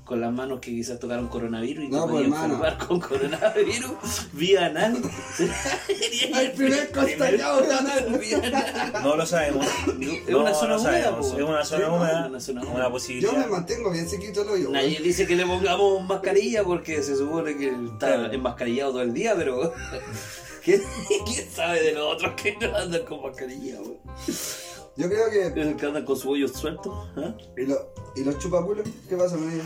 con las manos que quizás tocaron coronavirus y No, te pues, podías hermano. enfermar con coronavirus vía anal. Sería El primer constallado de anal. vía anal. No lo sabemos. Es No, una no zona lo húmeda, sabemos. po. Es una Sí, zona no, húmeda. es una zona húmeda. Una Yo me posibilidad. mantengo bien sequito el hoyo, güey. Nadie dice que le pongamos mascarilla porque se supone que Claro. está enmascarillado todo el día, pero. ¿Quién, quién sabe de los otros que no andan con mascarilla, weón? Yo creo que... Esos que andan con su hoyo suelto, ¿ah? ¿Y, lo- y los chupaculos? ¿Qué pasa con ellos?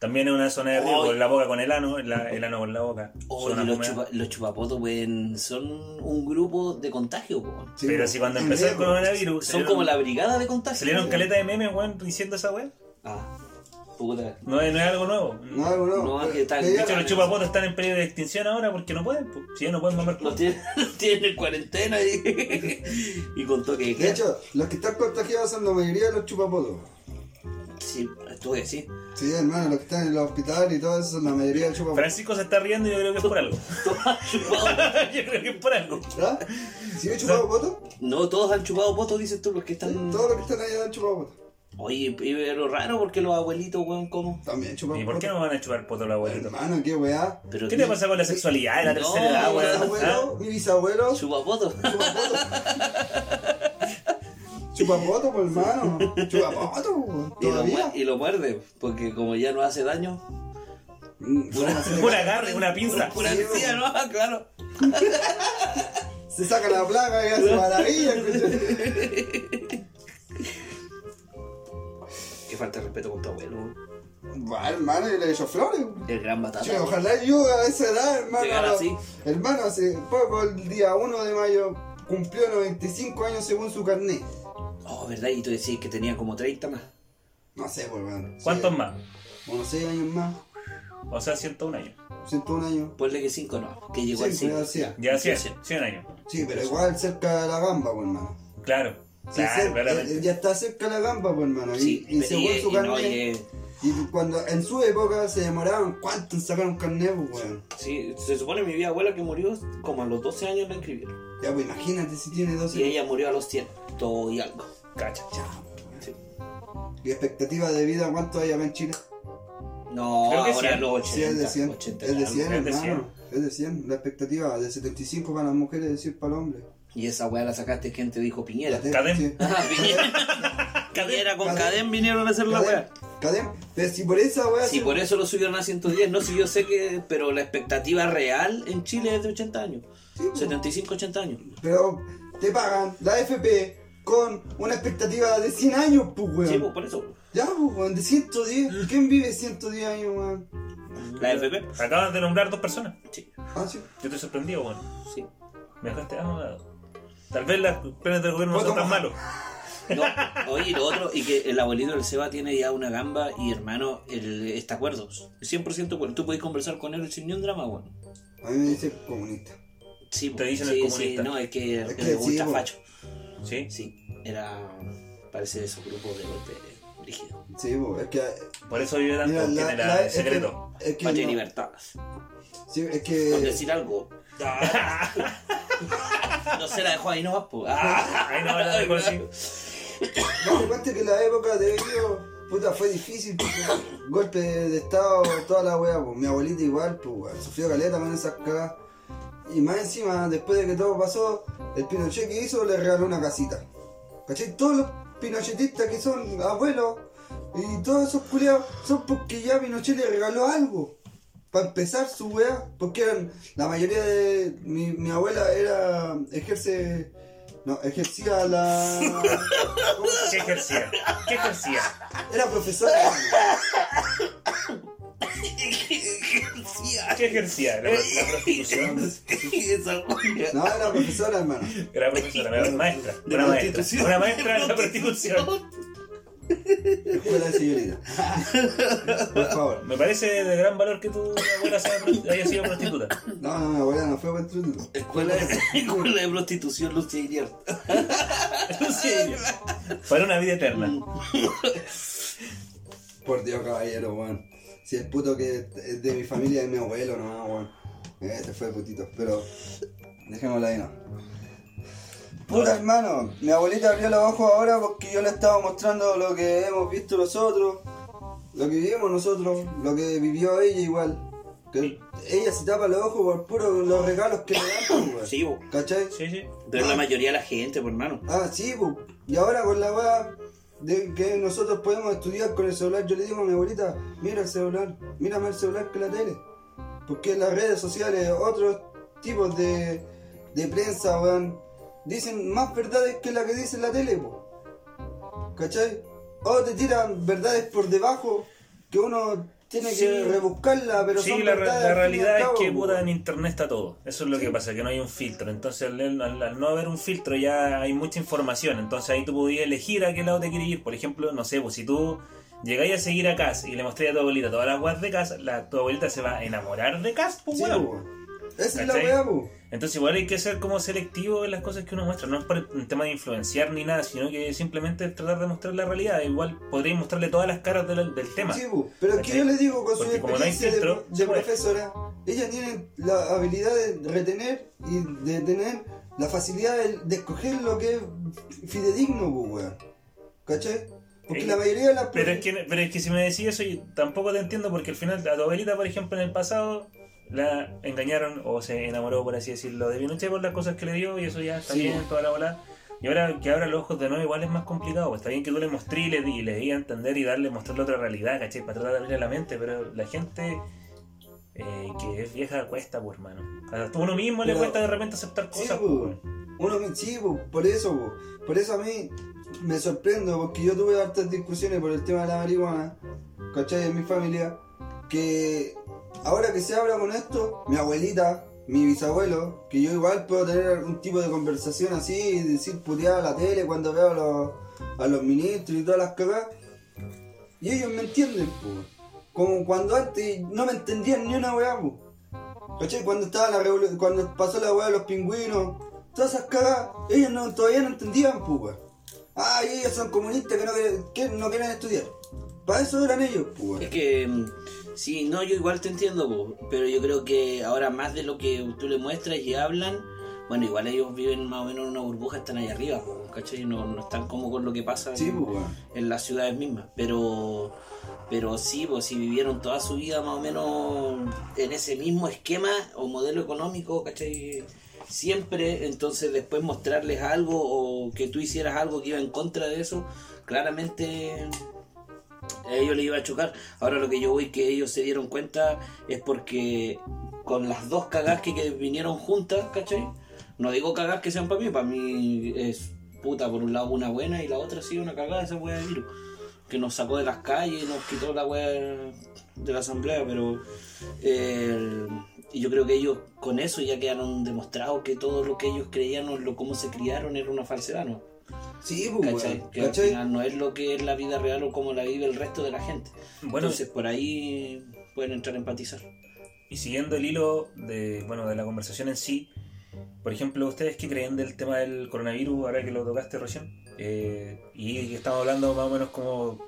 También es una zona de riesgo. Oy. La boca con el ano, la- el ano con la boca. Oye, Zona los, húmeda. chupa- los chupapotos, weón, son un grupo de contagio, weón. Sí, Pero güey. si cuando En empezó el riesgo. pues. coronavirus. Son salieron- como la Mm. brigada de contagio. Salieron weón. caleta de memes, weón, diciendo esa weón. Ah, puta. No es, no es algo nuevo. De No, no. No, pero- que tal- pero hecho, ya- los chupapotos están en peligro de extinción ahora porque no pueden. po. Si ya no pueden mamar Los con tienen, los tienen en cuarentena y, y con toque de De queda. hecho, los que están contagiados son la mayoría de los chupapolos. Sí, esto que sí. Sí, hermano, los que están en los hospitales y todo eso son la mayoría de chupapolos. Francisco se está riendo y yo creo que es por algo. Todos han chupado. yo creo que es por algo. ¿Verdad? Si yo chupado poto, No, todos han chupado potos, dices tú, los que están. todos los que están allá han chupado poto. Oye, pero raro porque los abuelitos, weón, ¿cómo? También chupado ¿Y por qué no van a chupar poto los abuelitos? Hermano, qué weá. Pero ¿Qué te pasa con la sexualidad de la No, tercera Ah, edad, mi bueno, weón? bisabuelo, mi bisabuelo, Chupapotos. chupapoto, pues hermano. Chupapoto, weón. Y lo, todavía. mu- y lo muerde, porque como ya no hace daño. Mm, ¿Ah? Un agarre, una pinza. Pura Sí, encía, ¿no? Ah, Claro. Se saca la plaga y hace maravilla. escucha. Qué falta de respeto con tu abuelo, weón. Va, hermano, yo le he hecho flores. weón. El gran batata. Che, ojalá yo a esa edad, hermano. Llegar así. Hermano, hace poco, el día 1 de mayo, cumplió 95 años según su carnet. Oh, ¿verdad? Y tú decís que tenía como 30 más. No sé, pues, hermano. ¿Cuántos Sí, más? Unos 6 años más. O sea, 101 años. 101 años. Ponle que 5 no, que llegó Sí, pues, al 5. pero sí. Ya Sí, 100, sí. 100 años. Sí, pero igual cerca de la gamba, pues, hermano. Claro. Sí, Claro, cer- claramente. eh, ya está cerca de la gamba, pues, hermano. Y- Sí, y, pero según y- su y eh. carnet. no, y- Y cuando en su época se demoraban cuánto en sacar un carnet, pues, weón. sí, se supone mi vieja abuela que murió como a los 12 años la inscribieron. Ya, pues, imagínate si tiene 12 Y ella murió a los 100, todo y algo. Cacha. Chao, Sí. weón. ¿Y expectativa de vida cuánto hay acá en Chile? No, Creo que ahora 100. los 80. Sí, es de 100. 80 es de algo. 100, es de hermano. Es de 100. La expectativa de 75 para las mujeres y de 100 para los hombres. Y esa weá la sacaste, ¿quién te dijo Piñera? La te- Cadem. sí. Ah, Piñera. Piñera con Cadem. Cadem vinieron a hacer la Cadem. weá. Cadem, pero si por esa weá. Si se- por eso lo subieron a 110, no sé, yo sé que. Pero la expectativa real en Chile es de 80 años. 75, 80 años. Pero te pagan la FP con una expectativa de 100 años, pues, weón. Sí, pues por eso. Ya, pues, weón, de 110. ¿Quién vive 110 años, weón? La FP. Acabas de nombrar dos personas. Sí, Ah, sí. Yo estoy sorprendido, bueno. sí. Me dejaste anodado. Tal vez las planes del gobierno no son tan malos. No, oye, y lo otro, y que el abuelito del Seba tiene ya una gamba y hermano, el, está acuerdo. 100% acuerdo. Tú podés conversar con él sin ni un drama, weón. A mí me dice comunista. Sí, Te dicen sí, el sí, comunista. no, es que Es es que que sí, po. facho. Sí. Sí, era. Parece de esos grupos de golpe rígido. Sí, pues, es que. Por eso vive tanto, mira, tiene la, el es que- secreto. Es que. Patria y no- Eh. libertad. sí, es Por que. decir algo. no se la dejó ahí nomás, pues. Ah. Ahí no habla de consigo. No, te cuenta que la época de ellos, puta, fue difícil, porque golpe de estado, toda la wea, pues, mi abuelita igual, pues, weón, sufrió caleta con esas cagadas. Y más encima, después de que todo pasó, el Pinochet que hizo le regaló una casita. ¿Cachai? Todos los pinochetistas que son abuelos y todos esos culiados son porque ya Pinochet le regaló algo. Para empezar su weá, porque eran, la mayoría de. Mi, mi abuela era. ejerce. No, ejercía la. ¿cómo se ¿Qué ejercía? ¿Qué ejercía? era profesora. ¿Qué ejercía? ¿La, la prostitución? Esa wea. No, era profesora, hermano. Era profesora, era maestra. De Una maestra. prostitución. Una maestra en la prostitución. Escuela de señorita. Por favor. Me parece de gran valor que tu abuela sea prosti- haya sido prostituta. No, no, mi abuela no fue buen truco. Escuela de, escuela de prostitución, Lucia Iriarte. Sí. Para una vida eterna. Por Dios, caballero, weón. Si el puto que es de mi familia es mi abuelo, no, weón. Este fue el putito, pero. Dejémoslo ahí, no. Puta hermano, mi abuelita abrió los ojos ahora porque yo le estaba mostrando lo que hemos visto nosotros, lo que vivimos nosotros, lo que vivió ella igual. Que ella se tapa los ojos por puro los regalos que le dan, weón. Sí, bo. ¿Cachai? Sí, sí. pero es la mayoría de la gente, pues, hermano. Ah, sí, pu. y ahora con la weá de que nosotros podemos estudiar con el celular, yo le digo a mi abuelita, mira el celular, mira más el celular que la tele. Porque en las redes sociales, otros tipos de, de prensa, weón, dicen más verdades que la que dice la tele, po. ¿cachai? O te tiran verdades por debajo que uno tiene Sí. que rebuscarla, pero Sí, son la, re- verdades la al fin y al realidad es cabo, que po. puta, en internet está todo. Eso es lo que pasa, que no hay un filtro. Entonces, al, al- al no haber un filtro, ya hay mucha información. Entonces, ahí tú podías elegir a qué lado te quieres ir. Por ejemplo, no sé, pues si tú llegáis a seguir a Cass y le mostré a tu abuelita todas las guas de Cass, la, tu abuelita se va a enamorar de Cass, pues Sí, weón. po. Esa es la ¿Cachai? weá, po. Entonces, igual hay que ser como selectivo en las cosas que uno muestra. No es por un tema de influenciar ni nada, sino que simplemente tratar de mostrar la realidad. Igual podríais mostrarle todas las caras del, del tema. Sí, bu, pero es que ¿Cachai? yo le digo con su Porque como no hay experiencia de- filtro, de, se puede. profesora, ella tiene la habilidad de retener y de tener la facilidad de, de escoger lo que es fidedigno, bu, weón. ¿Cachai? Porque Eh, la mayoría de las Pero es profe- que, pero es que si me decís eso, yo tampoco te entiendo porque al final a tu abuelita, por ejemplo, en el pasado la engañaron o se enamoró, por así decirlo, de Pinochet por las cosas que le dio y eso ya está Sí, bien, bueno. toda la bola. Y ahora que abra los ojos de nuevo igual es más complicado. pues, Está bien que tú le mostré y le, y le di a entender y darle, mostrarle otra realidad, ¿cachai? Para tratar de abrirle la mente, pero la gente eh, que es vieja cuesta, pues, hermano. A uno mismo le Pero- cuesta de repente aceptar Sí, cosas, pues. pues, weón. Uno me sí, bu, por eso, bu. por eso a mí me sorprendo, porque yo tuve hartas discusiones por el tema de la marihuana, ¿cachai? En mi familia, que ahora que se habla con esto, mi abuelita, mi bisabuelo, que yo igual puedo tener algún tipo de conversación así y decir puteada a la tele cuando veo a los, a los ministros y todas las cagadas, y ellos me entienden, pues. Como cuando antes no me entendían ni una weá, pues. ¿Cachai? Cuando estaba la revolu- cuando pasó la weá de los pingüinos, todas esas cagas, ellos no, todavía no entendían, pues, weón. Ah, y ellos son comunistas que no quieren, que no quieren estudiar. Para eso eran ellos, Es pues, weón. que, mm, sí, no, yo igual te entiendo, po, pero yo creo que ahora más de lo que tú le muestras y hablan, bueno, igual ellos viven más o menos en una burbuja, están ahí arriba, po, ¿cachai? No, no están como con lo que pasa en- Sí, pues, weón. en las ciudades mismas, pero, pero sí, pues si vivieron toda su vida más o menos en ese mismo esquema o modelo económico, ¿cachai? Siempre, entonces después mostrarles algo o que tú hicieras algo que iba en contra de eso, claramente a ellos les iba a chocar. Ahora lo que yo voy que ellos se dieron cuenta es porque con las dos cagas que, que vinieron juntas, ¿cachai? No digo cagas que sean para mí, para mí es puta, por un lado una buena y la otra sí una cagada, esa wea de virus. Que nos sacó de las calles, nos quitó la wea de la asamblea, pero el- y yo creo que ellos con eso ya quedaron demostrados que todo lo que ellos creían o lo cómo se criaron era una falsedad, ¿no? Sí, pues, ¿Cachai? weón. Que al ¿Cachai? final no es lo que es la vida real o cómo la vive el resto de la gente. Bueno, Entonces por ahí pueden entrar a empatizar. Y siguiendo el hilo de, bueno, de la conversación en sí, por ejemplo, ¿ustedes qué creen del tema del coronavirus ahora que lo tocaste recién? Eh, y que estamos hablando más o menos como,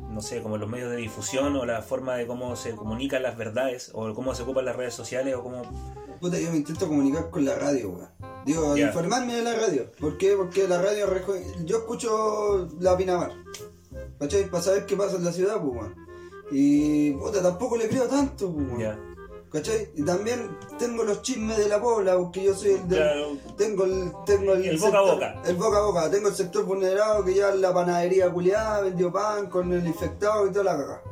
no sé, como los medios de difusión o la forma de cómo se comunican las verdades o cómo se ocupan las redes sociales o cómo... Puta, yo me intento comunicar con la radio, weón. Digo, Ya. informarme de la radio. ¿Por qué? Porque la radio... rejo- Yo escucho la Pinamar. ¿Cachai? Para saber qué pasa en la ciudad, pues, weón. Y, puta, tampoco le creo tanto, pues, weón. Ya. ¿Cachai? Y también tengo los chismes de la pobla, porque yo soy el del... Claro. Tengo el, tengo el, El boca a sector- boca. El boca a boca. Tengo el sector vulnerado que lleva la panadería culiada, vendió pan con el infectado y toda la caca.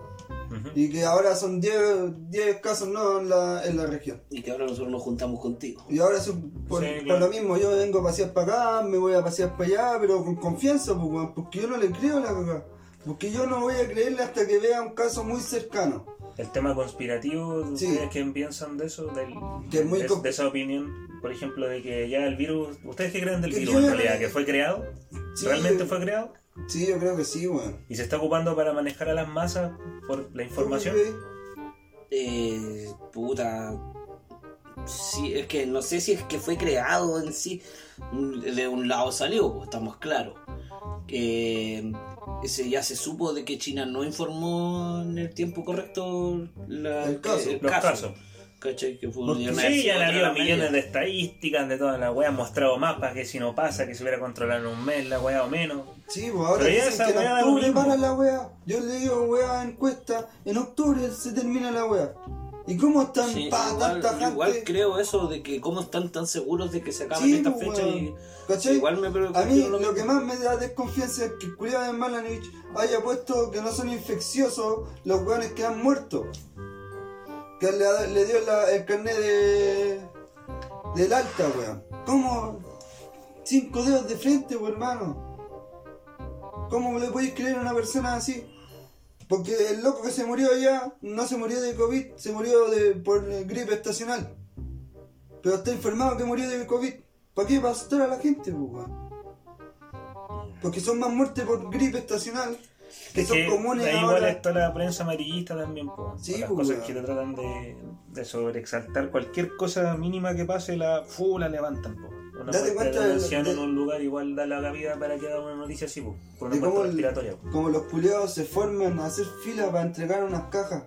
Ujú. Y que ahora son 10 10 casos nuevos en la, en la región. Y que ahora nosotros nos juntamos contigo. Y ahora son- por, Sí, por claro. lo mismo, yo vengo a pasear para acá, me voy a pasear para allá, pero con confianza, pues, weón, porque yo no le creo a la caca. Porque yo no voy a creerle hasta que vea un caso muy cercano. El tema conspirativo, Sí. ¿ustedes qué piensan de eso? Del- Que es muy de, com- de esa opinión, por ejemplo, de que ya el virus... ¿Ustedes qué creen del Que virus yo- en realidad? ¿Que fue creado? Sí. ¿Realmente fue creado? Sí, yo creo que sí, weón. y se está ocupando para manejar a las masas por la información. Eh, puta. Sí, es que no sé si es que fue creado en sí. De un lado salió, pues, estamos claros. Que Eh, ese ya se supo de que China no informó en el tiempo correcto la- eh, El caso. Los casos. ¿Cachai? Que fue Porque una- Sí, ya otra le había la millones de media. estadísticas de todas las weas, mostrado mapas que si no pasa, que se hubiera controlado en un mes la wea o menos. Sí, pues ahora Pero ya dicen esa que en weá da lo octubre mismo. para la weá. Yo le digo weá encuesta, en octubre se termina la weá. ¿Y cómo están Sí, pa, igual, tanta gente? igual creo eso de que cómo están tan seguros de que se acaban Sí, esta pues, fecha y weón. ¿Cachai? igual me preocupa A mí yo lo, que más me da desconfianza es que Julián de Malanich haya puesto que no son infecciosos los weones que han muerto. Que le, le dio la- el carnet de, del alta, weón. ¿Cómo? Cinco dedos de frente, weón, hermano. ¿Cómo le podéis creer a una persona así? Porque el loco que se murió allá no se murió de COVID, se murió de, por eh, gripe estacional. Pero está informado que murió de COVID. ¿Para qué? Para asustar a la gente, pues, weón. Porque son más muertes por gripe estacional que Es son que comunes ahí igual ahora. está la prensa amarillista también, po, Sí, con las po, cosas weón. que te tratan de, de sobreexaltar. Cualquier cosa mínima que pase, la, fu, la levantan. Po. Una Date muerte cuenta de un de- anciano de- en un lugar igual da la cabida para que haga una noticia así, po, por una De muerte cómo el- respiratoria. po. Como los culiados se forman a hacer fila para entregar unas cajas.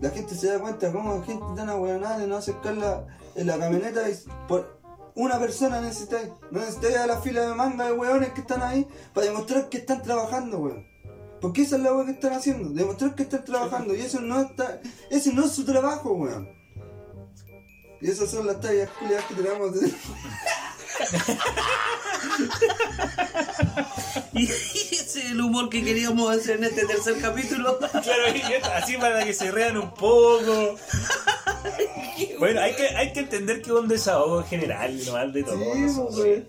La gente se da cuenta cómo la gente tan ahueonada de no acercarla en la camioneta y por una persona necesitáis. No necesitáis a la fila de manga de hueones que están ahí para demostrar que están trabajando, weón. Porque esa es la weá que están haciendo, demostrar que están trabajando. Y eso no está. Ese no es su trabajo, weón. Y esas son las tallas culiadas que tenemos. Y ese es el humor que queríamos hacer en este tercer capítulo. Claro, y es así para que se rean un poco. Bueno, hay que, hay que entender que es un desahogo general, no de todo. Sí, pues, ¿no? weón.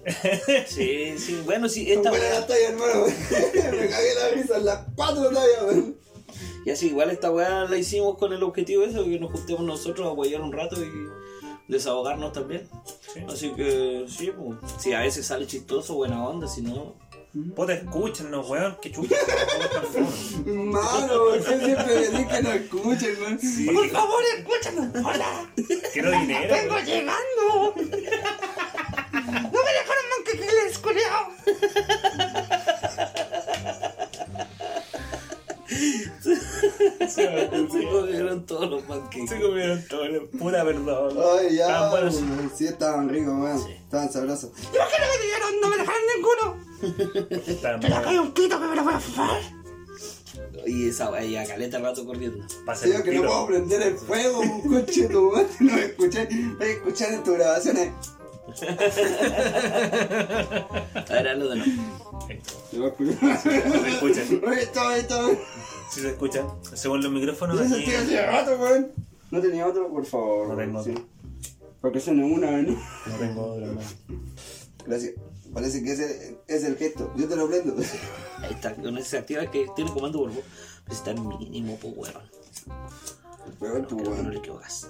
Sí, sí, bueno, sí, Son esta buenas weá. las tallas, hermano. Me cagué la risa en las cuatro tallas, weón. Y así, igual esta weá la hicimos con el objetivo ese, que nos juntemos nosotros a apoyar un rato y desahogarnos también. Sí. Así que, sí, pues, si a veces sale chistoso, buena onda, si no. Puta, escúchenos, weón, que chucha. Mano, usted siempre le dice que no escuchen, man. Por favor, escúchanos. Hola, Quiero dinero. weón. llegando. No me dejaron mantequillas, culiao. Se pues. cogieron todos los panqueques. Se comieron todo, weón. pura perdón. Ay, ya. pues. Estaban buenos. weón. sí, estaban ricos, man. Estaban sabrosos. Estaban buenos. Y esa weá, y a caleta rato corriendo. Pasa Digo el que no puedo tiro. prender el fuego, coche tu madre. No me escuché. Voy a escuchar en tus grabaciones. A ver, hazlo de nuevo. Ahí está. Se va a escuchar. Se escucha. Esto, esto. Si se escucha, según los micrófonos, Yo aquí. sentí hace rato, weón. No tenía otro, por favor. No tengo sí. otro. Porque son en una, ¿no? No tengo otro, hermano. Gracias. Parece que ese es el gesto. Yo te lo prendo. Ahí está, con esa activa que tiene comando por voz. Pero está mínimo, pues, weón. Weón, No, tú, creo que no le weón. equivocas.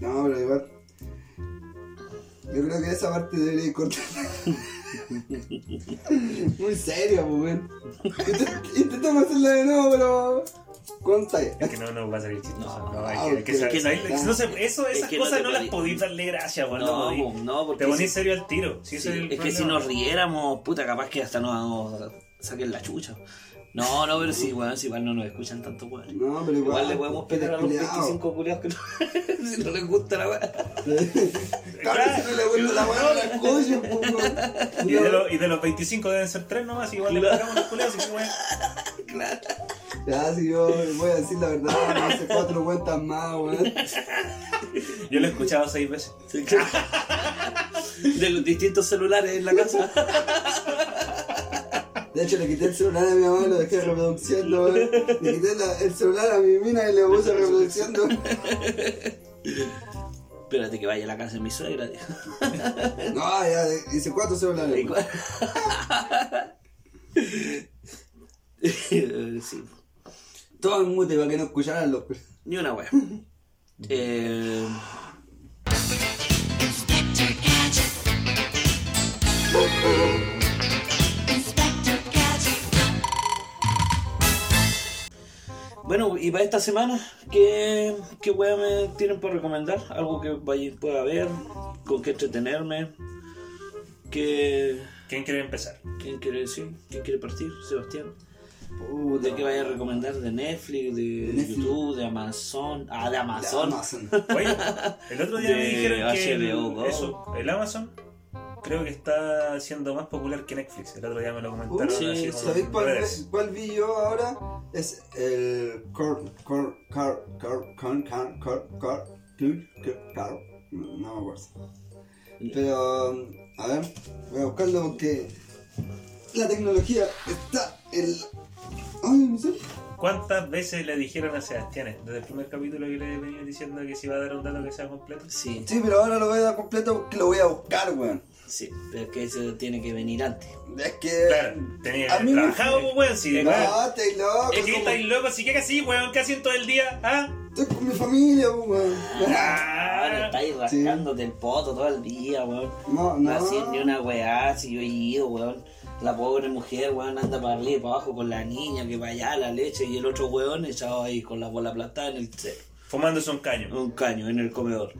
No, pero igual. Yo creo que esa parte debería cortar. Muy serio, weón. Intent- Intentamos hacerla de nuevo, pero. Con talla. Es que no, no va a salir chistoso. No, No, hay que- hay que ok. sa- Es que ¿sabes? no- No sé, eso, es esas que no cosas te no las podí- podéis darle gracia, weón. No, podí. po, no, porque Te ponís si- serio al tiro. Sí, Sí, ese es el que si problema. nos riéramos, puta, capaz que hasta nos saquen la chucha. No, no, pero sí, weón, si igual no nos escuchan tanto, weón. No, pero igual. pues, Igual le podemos que pegar a los descuidado. 25 culiados que no, si no les gusta la weá. Claro, si no le vuelvo la mano a la pues, escucho, po, weón. Y de, los- y de los 25 deben ser 3 nomás, igual le pagamos los culeos y weón. Claro. Ya, si yo voy a decir la verdad, no hace cuatro vueltas más, weón. Yo lo he escuchado 6 veces. Sí, claro. De los distintos celulares en la casa. De hecho, le quité el celular a mi mamá y lo dejé reproduciendo, weón. Le quité la- el celular a mi mina y le puse reproduciendo. Espérate que vaya a la casa de mi suegra, tío. No, ya de- hice cuatro celulares. Y weón. cua- Eh, sí. Todo en mute para que no escucharan los. Ni una wea. Eh, Inspector Gadget. Inspector Gadget. bueno, y para esta semana, ¿qué, qué wea me tienen por recomendar? Algo que vaya, pueda ver, con qué entretenerme. ¿Qué, ¿Quién quiere empezar? ¿Quién quiere decir? ¿Quién quiere partir? Sebastián. Puta, ¿De qué vaya a recomendar? ¿De Netflix? ¿De, Netflix. YouTube? ¿De Amazon? Ah, de la Amazon. Amazon. Oye, el otro día me De dijeron que el, HBO Go. eso, el Amazon creo que está siendo más popular que Netflix. El otro día me lo comentaron. Uh, sí, así como ¿Sabéis en cuál, redes. cuál vi yo ahora? Es el cor, cor, cor, cor, con, car, cor, cor, tu, cor, cor. No no me acuerdo. Pero, um, a ver, voy a buscarlo porque la tecnología está en... la- Ay, no sé. ¿Cuántas veces le dijeron a Sebastián desde el primer capítulo que le venía diciendo que si iba a dar un dato que sea completo? Sí, Sí, pero ahora lo voy a dar completo porque lo voy a buscar, weón. sí, pero es que eso tiene que venir antes. Es que... Claro, tenía que A mí haber me- trabajado, pues, weón. Si de weón. No, estoy loco. Es que como- estáis locos, si que así, weón, ¿qué hacen todo el día? ¿Ah? Estoy con mi familia, weón. Ahora Ah, estáis Sí. rascándote el poto todo el día, weón. No, No no. hacían ni una weá, si yo he ido, weón. La pobre mujer, weón, anda para arriba y para abajo con la niña, que para allá la leche, y el otro weón echado ahí con la bola aplastada en el ce- Fumándose un caño. un caño en el comedor.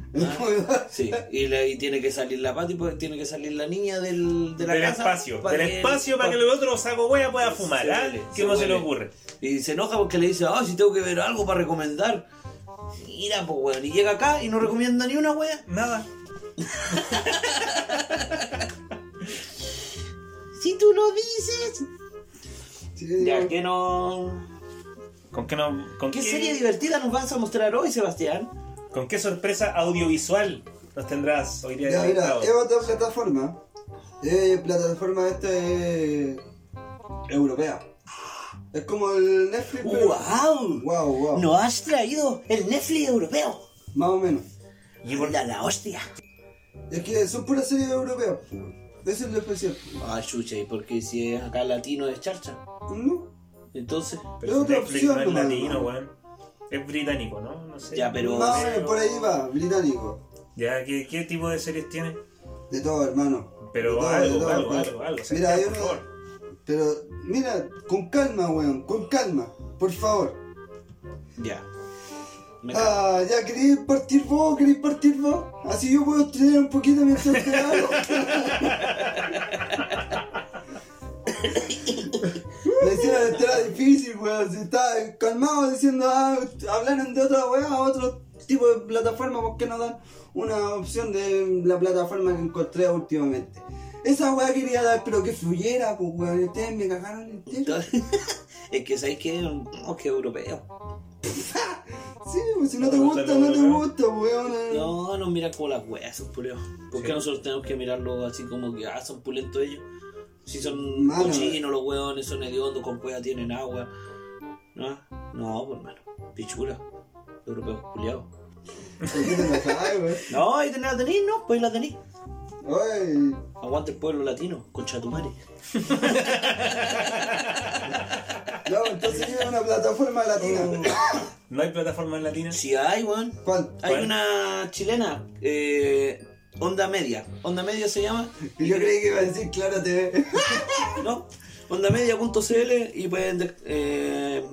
Sí, y, le- y tiene que salir la pati, pues tiene que salir la niña del, de la del casa espacio, pa' del que- espacio pa- para que el otro saco wea pueda fumar, Se ¿ah? huele, ¿Qué más se le huele. ocurre? Y se enoja porque le dice, ah, si tengo que ver algo para recomendar. Mira, pues, weón, y llega acá y no recomienda ni una wea. Nada. Si tú lo dices. Sí, Ya weón. que no. ¿Con qué, no, con ¿Qué serie divertida nos vas a mostrar hoy, Sebastián? ¿Con qué sorpresa audiovisual nos tendrás hoy día Ya, de mira, es otra plataforma. Es plataforma esta es europea. Es como el Netflix, pero... ¡Wow! Wow, wow. Nos has traído el Netflix europeo. Más o menos. Y por la, la hostia. Es que son puras series europeas. pues, weón. Ese es lo especial. Ah, chucha, ¿y porque si es acá latino es charcha? ¿No? Entonces. es Pero si otra Netflix opción no es nomás, latino, ¿no? weón. Es británico, ¿no? No sé. Ya, pero- Más o menos, por ahí va, británico. Ya, ¿qué, qué tipo de series tiene? De todo, hermano. Pero De todo, algo, de todo, algo, weón. algo, algo. Mira, Sebastián, hay por una- favor. Pero, mira, con calma, weón, con calma, por favor. Ya. Me ca- Ah, ya queréis partir vos, queréis partir vos. Así yo puedo estudiar un poquito mientras te hablo. Le hicieron era difícil, weón. Si estaba calmado diciendo, ah, hablaron de otra weá, otro tipo de plataforma, ¿por qué no dan una opción de la plataforma que encontré últimamente? Esa weá quería dar, pero que fluyera, pues weón. Ustedes me cagaron entero. Entonces- es que sabéis que es un. no, que europeo. Sí, pues si no te No, gusta, saludos, no te weón. gusta, weón. No, no mira como las weas, esos puleos. ¿Por qué Sí. nosotros tenemos que mirarlo así como que ah, son pulentos ellos? Si son Mano. cochinos los weones, son hediondos, con cueva tienen agua. No, no, pues hermano, pichula. Europeos culiados. ¿Por qué te enojás, weón? No, y tenés la tenís, no, pues la tenís. Oye, Aguanta el pueblo latino, concha de tu madre. no, entonces tiene una plataforma Oh. latina. No hay plataformas latinas. Si hay, weón. ¿Cuál? Hay ¿Cuál? una chilena, eh, Onda Media. Onda Media se llama. Y yo creí que iba a decir Clara TV. ¿no? Ondamedia.cl y pueden de- eh,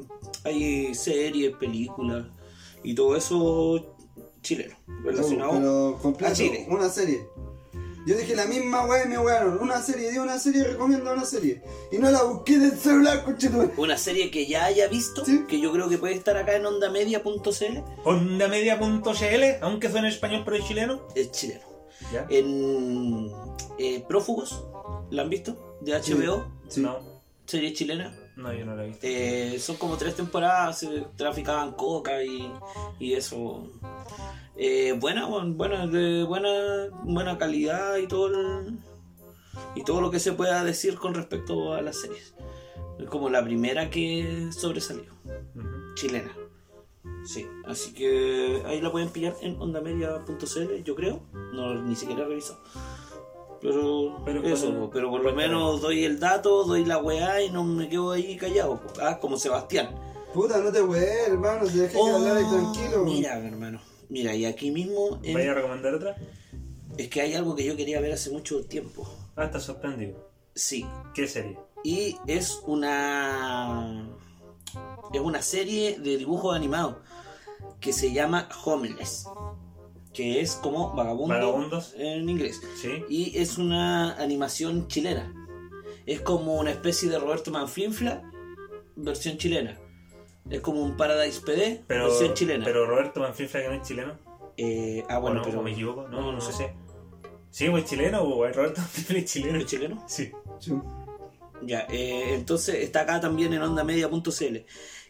hay series, películas y todo eso chileno relacionado Pero completo, a Chile. una serie. Yo dije la misma weá y me wearon. Una serie, di una serie, recomiendo una serie. Y no la busqué del celular, conchetumare. Una serie que ya haya visto, Sí. que yo creo que puede estar acá en ondamedia.cl, Ondamedia.cl, aunque suene en español pero es chileno. es chileno. ¿Ya? En eh, Prófugos, ¿la han visto? De HBO, Sí. No, serie chilena. no, yo no la he visto. Eh, son como tres temporadas, se traficaban coca y, y eso. Eh, buena, weón, buena, de buena, buena calidad y todo el- y todo lo que se pueda decir con respecto a las series. Es Como la primera que sobresalió, Ujú. chilena. Sí, así que ahí la pueden pillar en ondamedia.cl, yo creo. No, ni siquiera he revisado. Pero, Pero eso, cuando- pero por lo menos doy el dato, doy la weá y no me quedo ahí callado. po. Ah, como Sebastián. Puta, no te wees, hermano. Te dejé que Oh, hablar ahí tranquilo. Mira, hermano. Mira, y aquí mismo en- ¿Vaya a recomendar otra? es que hay algo que yo quería ver hace mucho tiempo. Ah, está sorprendido. Sí. ¿Qué serie? Y es una. Es una serie de dibujos animados que se llama Homeless. Que es como vagabundo Vagabundos. en inglés. ¿Sí? Y es una animación chilena. Es como una especie de Roberto Manflinfla, versión chilena. Es como un Paradise PD, Pero, versión chilena. pero Roberto Manfrinfla que no es chileno. Eh, ah, Bueno, bueno, pero me equivoco. No, no, no, no. sé si. Sí, pues chileno, pues, Roberto Manfrinfla es chileno. ¿Es chileno? Sí. Chu. Ya, eh, entonces está acá también en ondamedia.cl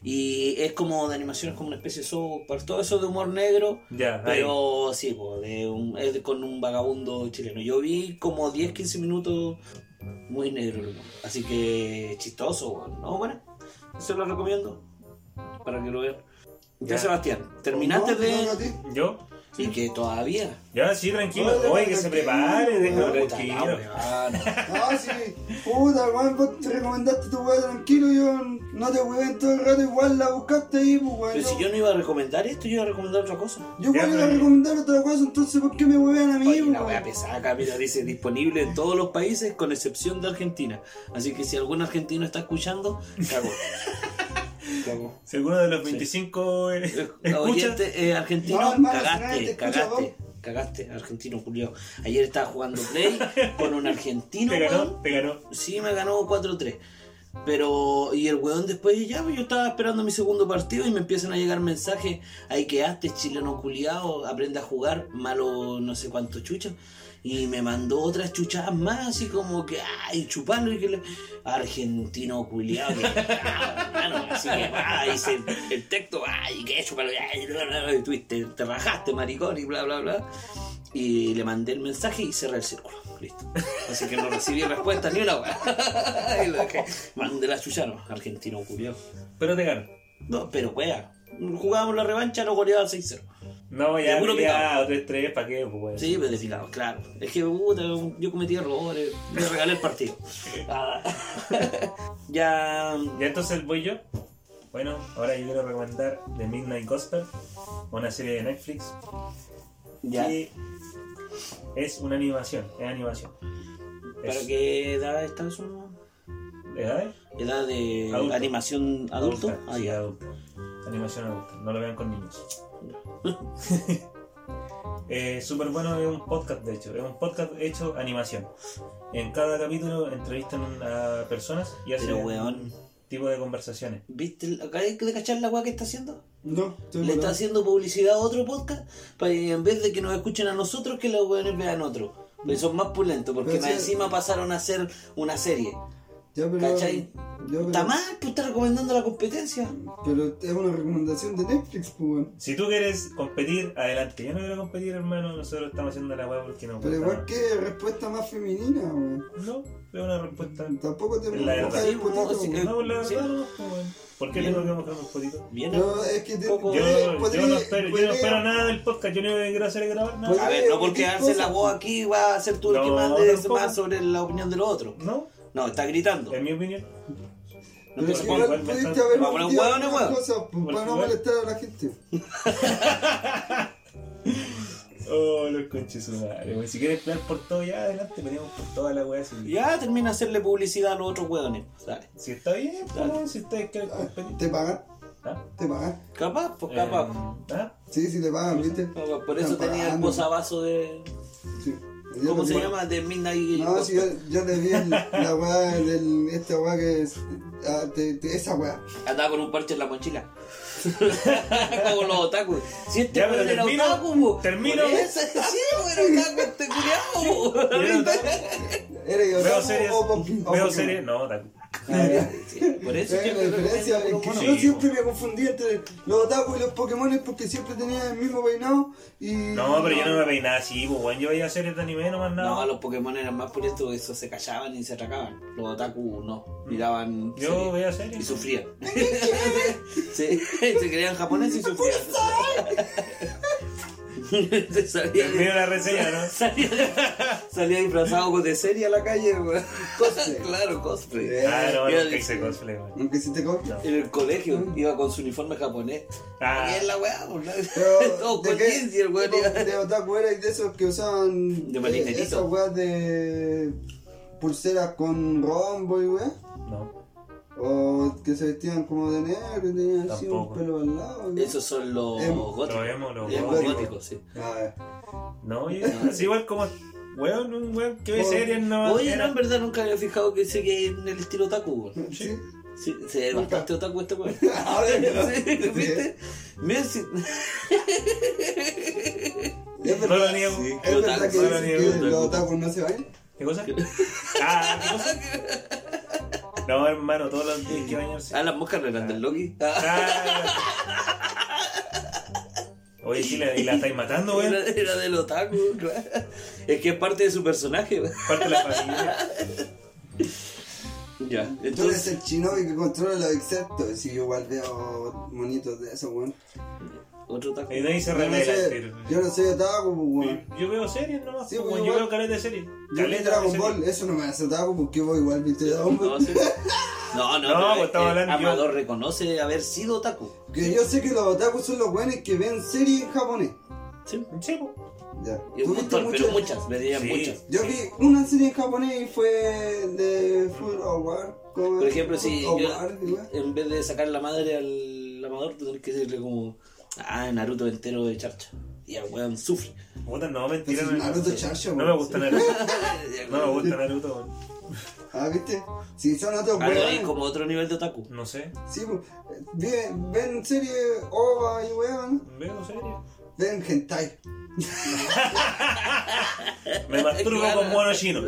y es como de animaciones como una especie de soap, opera, todo eso de humor negro, Ya, ahí. pero sí, po, de un- es de- con un vagabundo chileno. Yo vi como 10, 15 minutos muy negro el humor, así que chistoso, weón. ¿no? Bueno, se lo recomiendo para que lo vean. Ya, Ya. Sebastián, terminaste No, de... no, no, ti. ¿Yo? Y que todavía... Ya, sí, tranquilo. Oye, Oye, que se tranquilo, prepare, déjalo weón. Puta la tranquilo. weá. No, sí. Puta, weón, vos te recomendaste tu weá tranquilo. Yo no te weé en todo el rato. Igual la buscaste ahí, pues, weón. Pero si yo no iba a recomendar esto, yo iba a recomendar otra cosa. Yo Ya, voy a pero- recomendar otra cosa, entonces ¿por qué me huevean a mí? Oye, la weón? wea pesada, Camilo, dice disponible en todos los países con excepción de Argentina. Así que si algún argentino está escuchando, cagó. cagó. Si alguno de los 25 eh, escucha, Oyente eh, argentino, No, hermano, cagaste, te escucho, cagaste, cagaste, argentino culiao. Ayer estaba jugando play con un argentino, te weón. ganó, te ganó. Sí, me ganó 4-3. Pero, y el weón después, ya, pues, yo estaba esperando mi segundo partido y me empiezan a llegar mensajes. Ahí quedaste, chileno culiao, aprende a jugar, malo no sé cuánto chucha. Y me mandó otras chuchadas más, así como que, ay, chupalo y que le... Argentino culiao, que- ah, hermano, así que, ah, hice el- el texto, ay, que chupalo, ay, bla, bla, bla, y tú, te, te rajaste, maricón, y bla, bla, bla. Y le mandé el mensaje y cerré el círculo. Listo. Así que no recibí respuesta ni una weá. Y lo dejé. Mandé la chucha, no. Argentino culiao. Pero te ganó. No, pero wea. Jugábamos la revancha, no goleaba 6-0. No, ya, Seguro ya, 3-3, ¿para qué? Pues, weón? Sí, pero de picado, claro. Es que puta, yo cometí errores. Me regalé el partido. Ah. ya. Ya entonces voy yo. Bueno, ahora yo quiero recomendar The Midnight Gospel, una serie de Netflix Ya. que es una animación, es animación. ¿Para Es- qué edad está eso? ¿Edades? ¿Edad de Adulto. animación adulto? Adulta, Ah, sí, ya. adulta. Animación adulta, no lo vean con niños. eh, Súper bueno, es un podcast de hecho, es un podcast hecho animación. En cada capítulo entrevistan a personas y hacen Pero weón. tipo de conversaciones. ¿Viste? el- ¿Acabas de cachar la weá que está haciendo? No, estoy Le está volando. haciendo publicidad a otro podcast para que en vez de que nos escuchen a nosotros, que los weones vean otro. Porque son más Pues pulentos, porque Pero más sí. encima pasaron a ser una serie. Ya, pero. ¿Cachai? ya, pero- Está mal, pues está recomendando la competencia. Pero es una recomendación de Netflix, pues, weón. Si tú quieres competir, adelante. Yo no quiero competir, hermano. Nosotros estamos haciendo la weá porque no. Pero gusta. igual que respuesta más femenina, weón. No, es una respuesta. Tampoco te Es la mojas verdad. el potito, Sí, weón. No, la Sí. verdad, no, pues, weón. ¿Por qué le Bien. tengo que mostrar un poquito? Bien, No, es que te, Poco- Yo, podría- yo podría- no espero, yo no podría- espero nada del podcast, yo no quiero hacer grabar nada. A ver, no porque darse la voz aquí va a ser tú el que No, mande tampoco. más sobre la opinión del otro. No, No, está gritando. en mi opinión. No Pero te es que Juan, pongas- igual Juan, pudiste Juan, haber Juan, vendido Juan, algunas Juan. cosas, pues, Por para no favor. molestar a la gente. Oh, los conches su madre, weón. Si quieres pelear por todo, ya adelante, peleamos por toda la weá. Si, Ya termina de hacerle publicidad a los otros hueones. Dale. si está bien, pues, weón, si ustedes quieren competir. ¿Te pagan? ¿Ah? ¿Te pagan? Capaz, pues capaz. Eh, ¿ah? Sí, sí, te pagan, ¿viste? Capaz, Por eso Están tenía el pagando. posavaso de. Sí. Ya ¿Cómo te se pagan. llama? De Midnight. No, si yo, yo te vi el- la weá del. Esta weá que es. ah, te- te- esa weá. Andaba con un parche en la mochila. Andaba con los otakus. Si este Ya, pero weón era termino, otaku, po. termino. Por eso, Sí, weón, era otaku, este culiao, po. Yo no- Era yo. Veo o- series. o- o- Veo o- series. No, tal. Ah, ya. Sí, Por eso Eh, la siempre diferencia es recomiendo que puro sí. mono. yo siempre me confundía entre los otaku y los Pokémon porque siempre tenían el mismo peinado y. No, pero yo no me peinaba así, pues, weón. Yo veía series de anime, no más No, nada. los Pokémon eran más pulientos porque esos se callaban y se atracaban. Los otaku no. Miraban. Mm. Yo series veía series. Y sufrían. se, se creían japoneses y sufrían. salía, Termino la reseña, ¿no? salía disfrazado de serie a la calle, weón. Cosplay. claro, cosplay. Eh, Ah, no, Yo nunca hice dije- cosplay, weón. Aunque si te copia. En el colegio iba con su uniforme japonés. Ah. Y es la weá, por la- Pero, Todo ¿de con qué? jeans y el weón iba- de, de otaku era y de esos que usaban De eh, marinerito. esas weas de pulseras con rombo y weá No. o que se vestían como de negro y tenían así un Tampoco. pelo al lado weá. Esos son los Emo. góticos. Los emo, los Emo góticos. góticos, sí. Ah, No, yo así igual como. Weón, un weón que ve Oye, series, no. Oye, no, era- en verdad nunca había fijado que sé que en el estilo otaku, weón. sí. Sí, se ve Nunca. bastante otaku este weón. Ahora que lo- Sí, ¿Viste? Mira, si- Es No verdad, lo niego. sí. Lo es verdad otaku, que no lo dicen niego, que otaku. los otakus no se bailan. ¿Qué cosa? Ah, ¿qué cosa? No, hermano, todos los días hay que bañarse. Ah, las moscas no eran del Loki. Ah, Ah. Oye, sí, la- y la estáis matando, era, weón. era del otaku, claro. Es que es parte de su personaje, weón. Parte de la familia. Ya, Tú eres entonces. el chino y que controla los exceptos. Si yo igual veo monitos de esos, weón. Otro otaku. Y de ahí se Yo no revela el sé, tiro. yo no soy otaku, pues, weón. Yo veo series nomás, Sí, pues, pues, weón. yo igual. veo caleta de series. Yo vi Caleta de Dragon series. Ball, eso no me hace otaku porque vos igual viste Dragon Ball. No, sí. no, no, No, pero, pues, estamos eh, hablando yo. Amador reconoce haber sido otaku. Que yo sé que los otakus son los buenos que ven series en japonés. Sí. Sí, pues. Ya. Y un ¿Tú viste montón, pero muchas? muchas, me dirían Sí. muchas. Yo vi una serie en japonés y fue de Full of War. ¿cómo Por es? ejemplo, si Full of yo, War, igual. en vez de sacar la madre al amador, tú tenés que decirle como, ah, Naruto entero de charcha. Y al weón sufre. Puta, no, mentira. Entonces, No, Naruto Chacho, no weón. me gusta Naruto. No me no, gusta Naruto, weón. Ah, ¿viste? Si son otros hay weones. Ah, como otro nivel de otaku. No sé. Sí, pues, ven, ven series OVA y weón. Veo series. Ven hentai. Me masturbo Claro. con mono chino.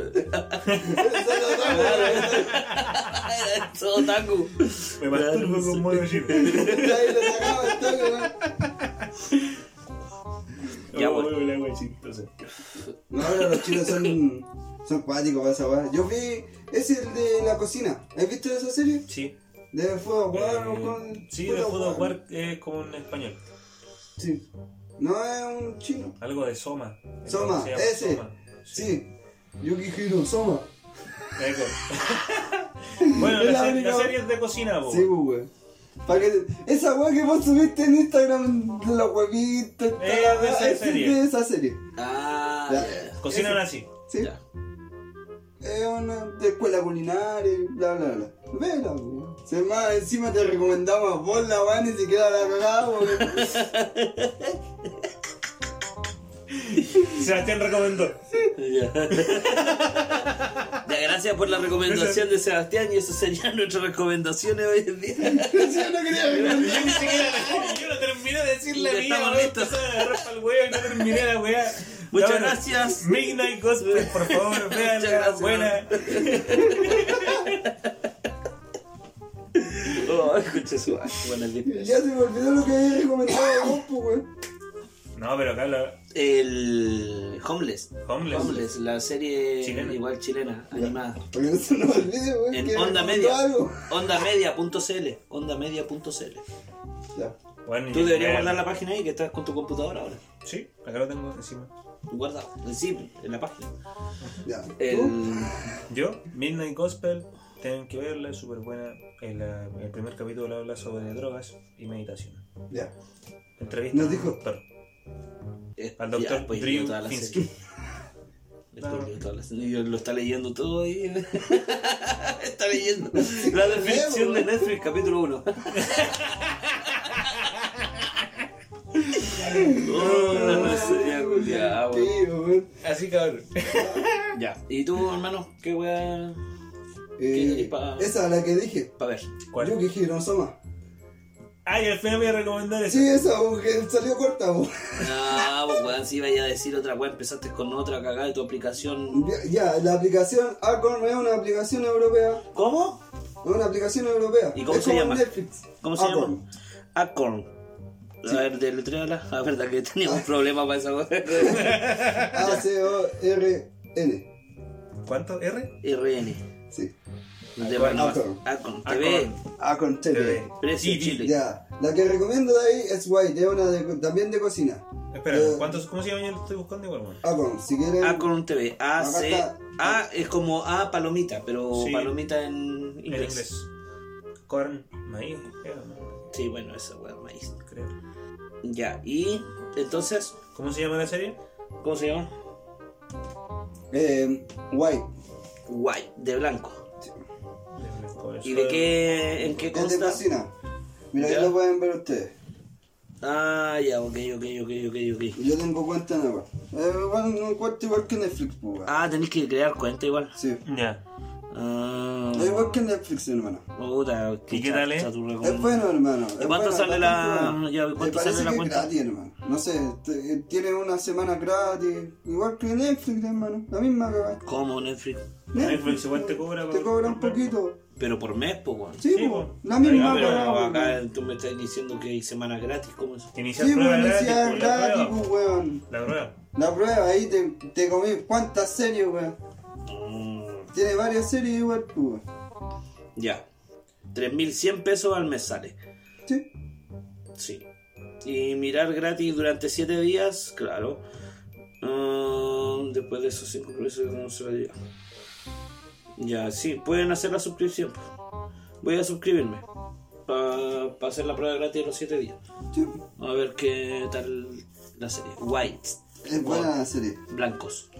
Son los Todo otakus, weón. otaku. Me masturbo con mono chino. De ahí lo sacaba el toque, weón. Ya, Ya, bueno. No, pero los chinos son, son cuáticos para esa weá. Yo vi, es el de la cocina. ¿Has visto esa serie? Sí. De Fuego War o Eh, con. Sí, de Fuego Food of War eh, es como en español. Sí. No es un chino. Algo de Soma. Soma, Eh, Se llama ese. Soma. Sí. Yuki Hiro, Soma. Eco. bueno, Es la, la serie, única- la serie es de cocina, po. Sí, pues, weón. Pa' que- Esa weá que vos subiste en Instagram, los huevitos, toda Eh, la de esa weá, es serie. de esa serie. Ah, Ya. ya, ya, Cocinan así. Sí. ya. Es una de escuela culinaria, y bla bla bla. Vela, weón. Si más encima te recomendamos a vos la weá, ni siquiera la cagada, weón. Sebastián recomendó. Ya. Ya, gracias por la recomendación de Sebastián y esas serían nuestras recomendaciones hoy en día. Yo no quería recomendar. Yo ni siquiera yo no terminé de decir la Ya mía, estamos weón. listos. Empezaron a agarrar pa'l weón y no terminé la weá. Muchas Ya, bueno, gracias. Midnight Gospel, por favor, Muchas vean la gracias, buena. Escucha su ah, buena Ya limpieza. se me olvidó lo que había recomendado vos, pues, weón. No, pero acá lo- El Homeless. Homeless. Homeless, la serie Chilena. igual chilena, animada. Para que no se nos olvide, weón. En que Onda recomendó Media. algo. Ondamedia.cl. Ondamedia.cl. Ya. Bueno, Tú ya- deberías ya- guardar la página ahí que estás con tu computadora ahora. Sí, acá lo tengo encima. Guarda, sí, en la página. Ya. ¿Tú? El... Yo, Midnight Gospel, tienen que verla, es súper buena. En la- el primer capítulo habla sobre drogas y meditación. Ya. Entrevista Nos a un dijo- doctor. eh, Al doctor ya, pues, Drew toda la Finsky. serie. Después leo toda la serie. Yo Lo está leyendo todo y. está leyendo. La definición de Netflix, capítulo 1. Oh, Tío, weón. Así cabrón. Ya. ¿Y tú, hermano? ¿Qué weá Eh, pa- Esa, la que dije. para ver? ¿Cuál? Yo que dije, no soma. Ay, al final voy a recomendar eso. Sí, esa, weón, que salió corta, weón. No, pues weón, si vaya a decir otra weá, empezaste con otra cagada de tu aplicación. Ya, Ya, la aplicación Acorn es una aplicación europea. ¿Cómo? Es una aplicación europea. ¿Y cómo es se como llama? Netflix. ¿Cómo se Acorn. llama? Acorn. A ver, deletréala. La verdad que tenía un problema para esa weá. A-C-O-R-N. ¿Cuánto? ¿R? RN. Sí. De ah, Panamá. Acorn. Acorn. TV. Acorn. Acorn TV. TV. Precio TV. Chile. Ya. La que recomiendo de ahí es White, es una de, también de cocina. Espera, Eh, ¿cuántos, ¿cómo se llama? Yo lo estoy buscando igual, weón. Acorn, si quieren. Acorn TV. A, Acá C. está. A ah, es como A palomita, pero Sí. palomita en En inglés. inglés. Corn, maíz, creo, ¿no? Sí, bueno, esa weá, maíz. creo. Ya, y entonces, ¿Cómo se llama la serie? ¿cómo se llama? Eh, White. Guay, de blanco. ¿Y Eso- de qué, en qué Es de consta? cocina. Mira, Ya. ahí lo pueden ver ustedes. Ah, ya, ok, ok, ok, ok, ok. Yo tengo cuenta nueva. Eh, bueno, no cuenta igual que Netflix, pues. weón. Ah, tenéis que crear cuenta igual. Sí. Ya. Ah, Es igual que Netflix, hermano. puta, ¿Y qué tal, eh? chacha tu recomend- Es bueno, hermano. es Mm. ¿Y cuánto bueno, sale la- bastante bueno. ya, cuánto Me parece sale la que es cuenta? gratis, hermano. No sé, te- eh, tiene una semana gratis. Igual que Netflix, hermano. La misma cagada. ¿Cómo Netflix? Netflix igual te cobra Te por- cobra un por- poquito. Pero por mes, pues, weón. Sí, Sí, po. po. la misma Ah, pero cagada, po, weón. acá tú me estás diciendo que hay semana gratis, ¿cómo es? Iniciar Sí, po, prueba iniciar gratis, pues, la gratis, prueba. po, weón. La prueba. La prueba ahí te, te comí cuántas series, weón. Mm, Tiene varias series igual, po, weón. ya. 3.100 pesos al mes sale. Sí. Sí. Y mirar gratis durante 7 días, claro. Mm, después de esos 5 precios no se la diga. Ya, sí, pueden hacer la suscripción. Voy a suscribirme. Para hacer la prueba gratis de los 7 días. sí. A ver qué tal la serie. White. Es buena la serie. Blancos.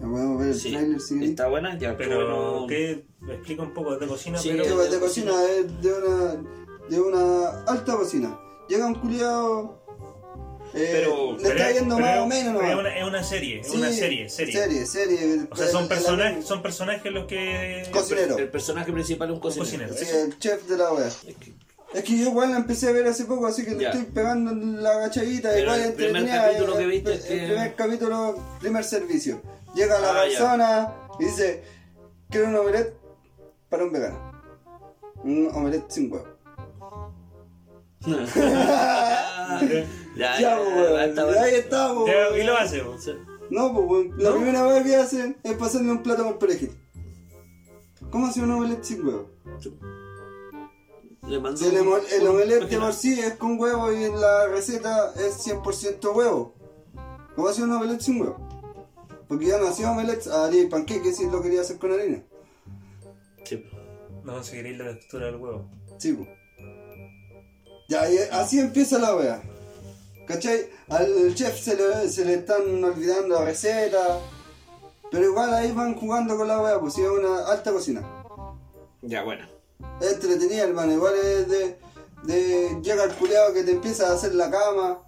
La podemos ver el Sí. trailer, sí. Está buena, ya. qué Pero bueno. que explica un poco de cocina, Sí, Este pero. va de cocina es de una, de una alta cocina. Llega un culiao. eh, Pero- le pero está es- yendo pero más es- o menos. pero Es ¿no? una, es una serie, es Sí, una serie, serie. Serie, serie. O sea, son El- personajes, son personajes los que. Cocinero. El ¿eh? personaje principal es un cocinero. cocinero. El, sí, el chef de la wea. Es que yo igual la empecé a ver hace poco, así que le Ya. estoy pegando en la gachadita. Pero Igual el primer entretenida, capítulo eh, que el- viste el, es que- primer capítulo, primer servicio. Llega la Ah, ya. persona y dice: Quiero un omelette para un vegano. Un omelette sin huevo. ya, Ya, ya, pues, ya, está weón. bueno. Ahí está, pues, Ya, weón. y lo hace, po. Sí. No, pues, weón. La primera vez que hacen es pasarle un plato con perejil. ¿Cómo hace un omelette sin huevo? Le mandó Si el, un- emo- el un- omelette de imagina. por sí es con huevo y la receta es 100% huevo. ¿Cómo hace un omelette sin huevo? Porque ya no hacía omelette, haría panqueque si lo quería hacer con harina. Sí. No conseguiréis la textura del huevo. Sí, pues. Ya, y así empieza la wea. ¿Cachai? Al chef se le, se le están olvidando recetas. Pero igual ahí van jugando con la wea, pues si es una alta cocina. Ya, bueno. Es entretenida, hermano. Igual es de. de llega el culeado que te empieza a hacer la cama.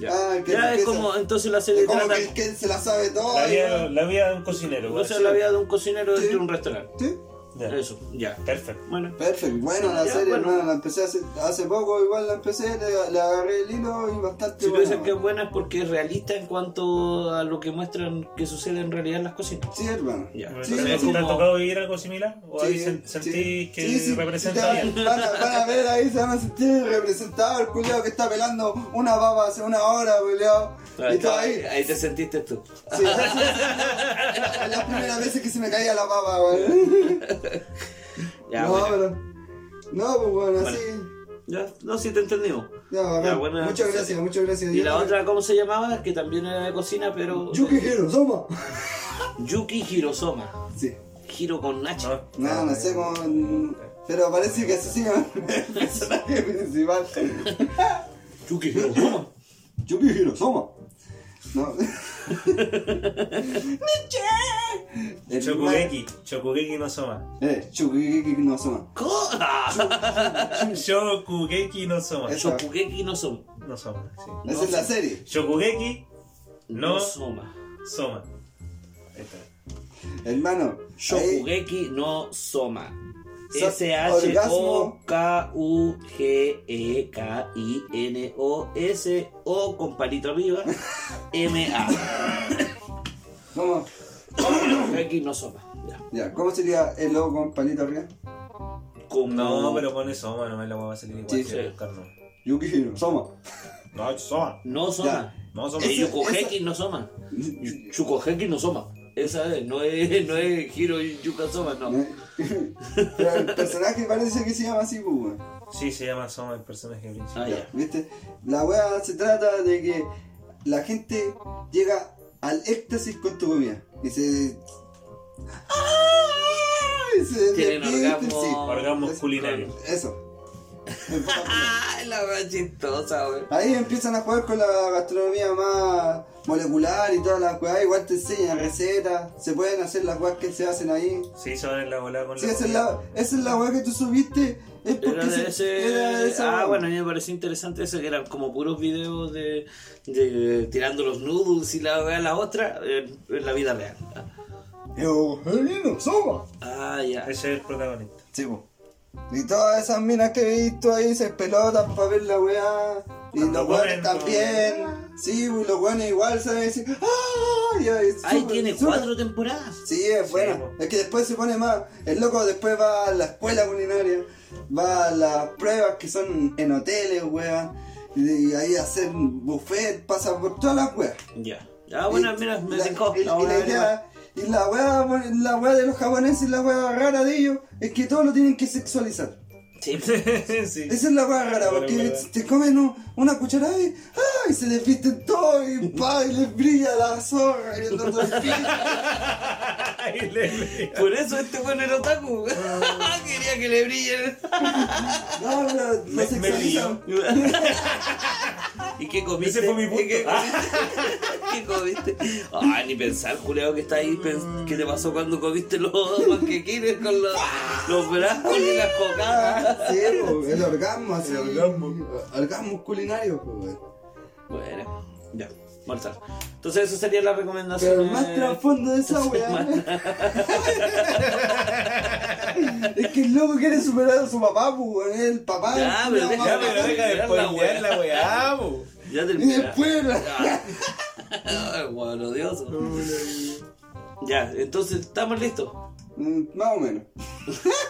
Ya, Ah, que ya es empieza- como entonces la serie Es como trata- que, que se la sabe todo. La y vida, weón. la vida de un cocinero, weón. entonces la vida de un cocinero Sí. dentro de un restaurante. Sí, Ya. Eso, ya. Perfecto. Bueno. Perfecto, bueno la Ya, serie, bueno. hermano, la empecé hace, hace poco, igual la empecé, le, le agarré el hilo y bastante Si tú bueno. dices que es buena es porque es realista en cuanto a lo que muestran que sucede en realidad en las cocinas. Sí, hermano. Ya. Bueno, Sí, ¿Te sí. ha tocado vivir algo similar? ¿O ahí sen- sentís que sí, representa bien? te van, van a, van a ver ahí, se van a sentir representado el culiao que está pelando una baba hace una hora, culiao. Y todo ahí. ahí te sentiste tú. Sí, sí, sí, sí. Las primeras veces que se me caía la baba, weón. Ya, no, bueno. pero. No, pues bueno, así. Ya, no, si te entendimos. Ya, bacán. Ya, buena muchas gracias, serie. muchas gracias. Y Yo- la otra, ¿cómo se llamaba? Que también era de cocina, pero. Yuki Hiro, toma. Yuki Hirosoma. Sí. Giro con Nachi. No, no sé cómo. Pero parece que así se llama el personaje principal. Yuki Hirosoma. Yuki Hirosoma. No. ¡Niche! Shokugeki. Shokugeki no soma. Eh, Chukugeki no Soma. ¿Cómo? Shokugeki no soma. Eso. Shokugeki no Soma. No soma, sí. Esa es la serie. Shokugeki No. No Soma. soma. Ahí está. Hermano, ahí- Shokugeki no Soma. Sa- E S-H-O-K-U-G-E-K-I-N-O-S o ¿eh? con palito arriba M-A. ¿cómo? Shokugeki no Soma. Ya. Ya, ¿cómo sería el logo con palito arriba? Como- No, pero pone soma, no me la voy a salir igual. Sí, sí. que buscar, no. Yuki Hiro, Soma. No, soma. No Soma. Ya. No soma. Eh, Ese- Yukogeki no Soma. Yu- Yukogeki no Soma. Esa es, no es, no es Hiro Yuka Soma, Mm. no. Eh, Pero el personaje parece que se llama así, pues, weón. Sí, se llama soma el personaje principal. Ah, Ya, ya. ¿Viste? La wea se trata de que la gente llega al éxtasis con tu comida. Y se. ¡Ah! Y se Tienen despierta, orgasmo. Orgasmo culinario. sí. Eso. Ay, la verdad chistosa, wey. Ahí empiezan a jugar con la gastronomía más molecular y todas las weas. Igual te enseñan recetas. Se pueden hacer las weas que se hacen ahí. Sí, se van en la volada con Sí, la esa es comida. la, esa es la wea que tú subiste. Es porque Era de se- ese... era de esa ah, wea. bueno, a mí me pareció interesante eso, que eran como puros videos de, de tirando los noodles y la wea a la otra en, en la vida real. Eugenio, soba. Ah, ya. Ese es el protagonista. Sí, po. Y todas esas minas que he visto ahí se pelotan para ver la weá. Y Cuando los comen, weones también. Sí, po, y los weones igual saben decir. ¡Ah! Y ahí, Ahí sube, tiene sube. cuatro temporadas. Sí, es buena. po. es que después se pone más. El loco después va a la escuela culinaria. Va a las pruebas que son en hoteles, weón. Y y ahí hacer un buffet, pasa por todas las weas. Ya. Ah, bueno, Y mira, me la- dejó. Y, y la idea- y la weá, la weá de los japoneses y la weá rara de ellos es que todo lo tienen que sexualizar. Sí, sí. Esa es la weá rara, Pero porque es verdad. te comen un- una cucharada y, ¡ah! y se desvisten todo y, pa, y les brilla la zorra y el otro brilla. Ay, le- por eso este bueno era otaku. Quería que le brillen. No, pero no Me- me sexualizan. ¿Y qué comiste? Ese fue mi punto. ¿Y ¿Qué comiste? ¿Qué comiste? Ah, ni pensar, Julián, que está ahí. pens- ¿Qué te pasó cuando comiste los manquequines con los, los brazos y las cocadas? Sí, po, el orgasmo, así. Orgasmo culinario, po, weón. Bueno, ya, mortal. Entonces, eso sería la recomendación. Pero el más trasfondo de esa weá. es que el loco quiere superar a su papá, pues, weón, es el papá. Ya, de la pero Mira la mamá. Ya, pero deja de spoilear la weá, po. Ya Y terminé. después. la- Ay, weón, odioso. Ya, entonces, ¿estamos listos? Mm, Más o menos.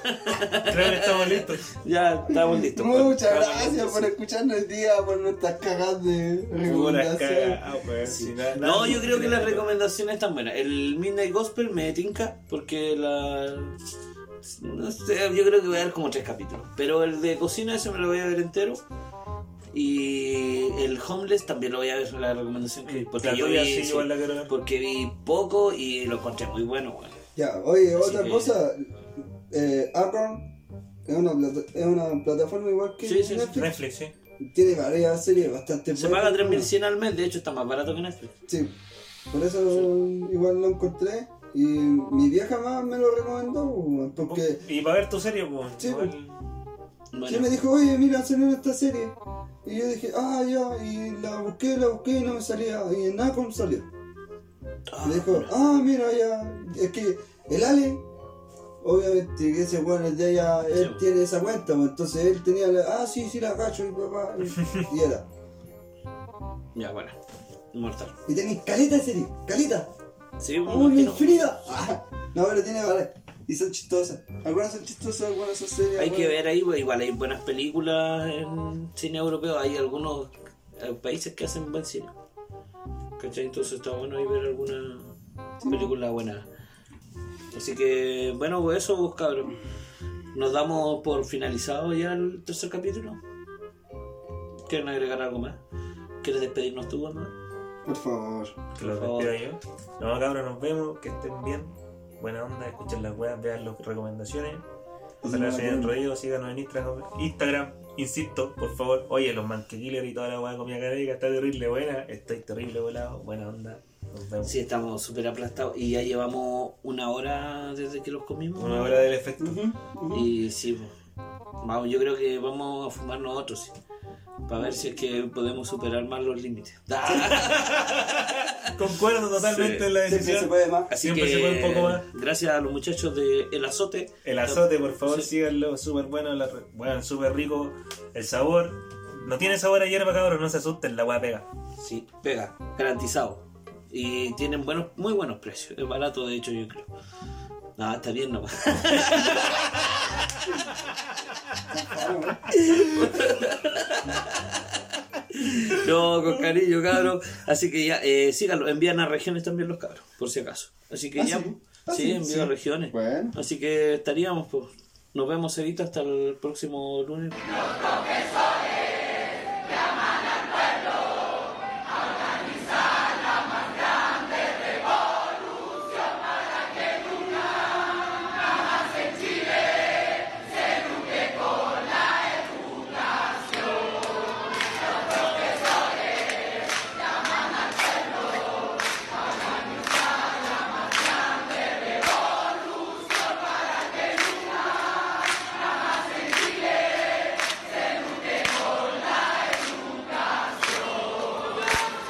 Creo que estamos listos. Ya, estamos listos. Juan. Muchas Estamos gracias listos, por sí. escucharnos el día, por nuestras cagadas de Puras recomendación. cagas, weón. ah, pues, si nada- No, nada- yo creo que las recomendaciones están buenas. El Midnight Gospel me tinca porque la. No sé, yo creo que voy a ver como tres capítulos. Pero el de cocina, ese me lo voy a ver entero. Y el Homeless también lo voy a ver la recomendación que porque La yo tuya vi, sí, sí, igual la quiero ver. porque vi poco y lo encontré muy bueno. bueno. Ya, oye, otra que- cosa. Eh, Akron es una, plata- es una plataforma igual que Sí, sí, sí. Netflix. Netflix, sí. Tiene varias series bastante Se buenas. paga 3.100 al mes, de hecho está más barato que Netflix. Sí, por eso igual lo encontré. Y mi vieja más me lo recomendó, pues, weón, porque Y para ver tu serie, pues. Sí, igual- Oh, Bueno, ella me dijo, oye, mira, salió esta serie. Y yo dije, ah, ya, y la busqué, la busqué y no me salía. Y en Acom salió. ah, Me dijo, ah, mira, ya, es que el Ale obviamente que ese weón es de ella, él Sí. tiene esa cuenta, pues, entonces él tenía la, ah, sí, sí, la cacho, mi papá, y era. Ya, bueno. Inmortal. Y tenéis caleta de serie, caleta, Sí, me muy imagino. infinita. Ah, no, pero tiene varias. Y son chistosas. Algunas son chistosas, algunas son serias. Hay que algunas- ver ahí, pues, igual hay buenas películas en cine europeo. Hay algunos eh, países que hacen buen cine. ¿Cachai? Entonces está bueno ahí ver alguna película buena. Así que, bueno, pues eso, pues, cabrón. Nos damos por finalizado ya el tercer capítulo. ¿Quieren agregar algo más? ¿Quieres despedirnos tú, Amado? Por favor. Que los Por despida yo. Oh. No, cabros, nos vemos. Que estén bien. Buena onda, escuchen las weas, vean las recomendaciones. Ojalá se hayan reído, síganos en Instagram, Instagram, insisto, por favor. Oye, los manquekillers y toda la wea comida canábica está terrible buena. Estoy terrible volado. Buena onda. Nos vemos. Sí, estamos súper aplastados y ya llevamos una hora desde que los comimos. Una hora del efecto. Y sí, po. vamos, yo creo que vamos a fumarnos otros, sí. para ver si es que podemos superar más los límites. Concuerdo totalmente Sí. en la Siempre se decisión. puede más. Así Siempre que se puede un poco más. gracias a los muchachos de El Azote. El azote, por favor, Sí. síganlo. Súper bueno, la re- bueno, súper rico. El sabor. No tiene sabor a hierba, cabros, no se asusten, la wea pega. Sí, pega, garantizado. Y tienen buenos, muy buenos precios. Es barato, de hecho, yo creo. Nada, está bien nomás. No, con cariño, cabros. Así que ya, eh, síganlo. Envían a regiones también los cabros, por si acaso. Así que Ah, ya, sí. pues, Ah, sí, sí, envío sí. a regiones. Bueno. Así que estaríamos, pues. Nos vemos, Evita, hasta el próximo lunes.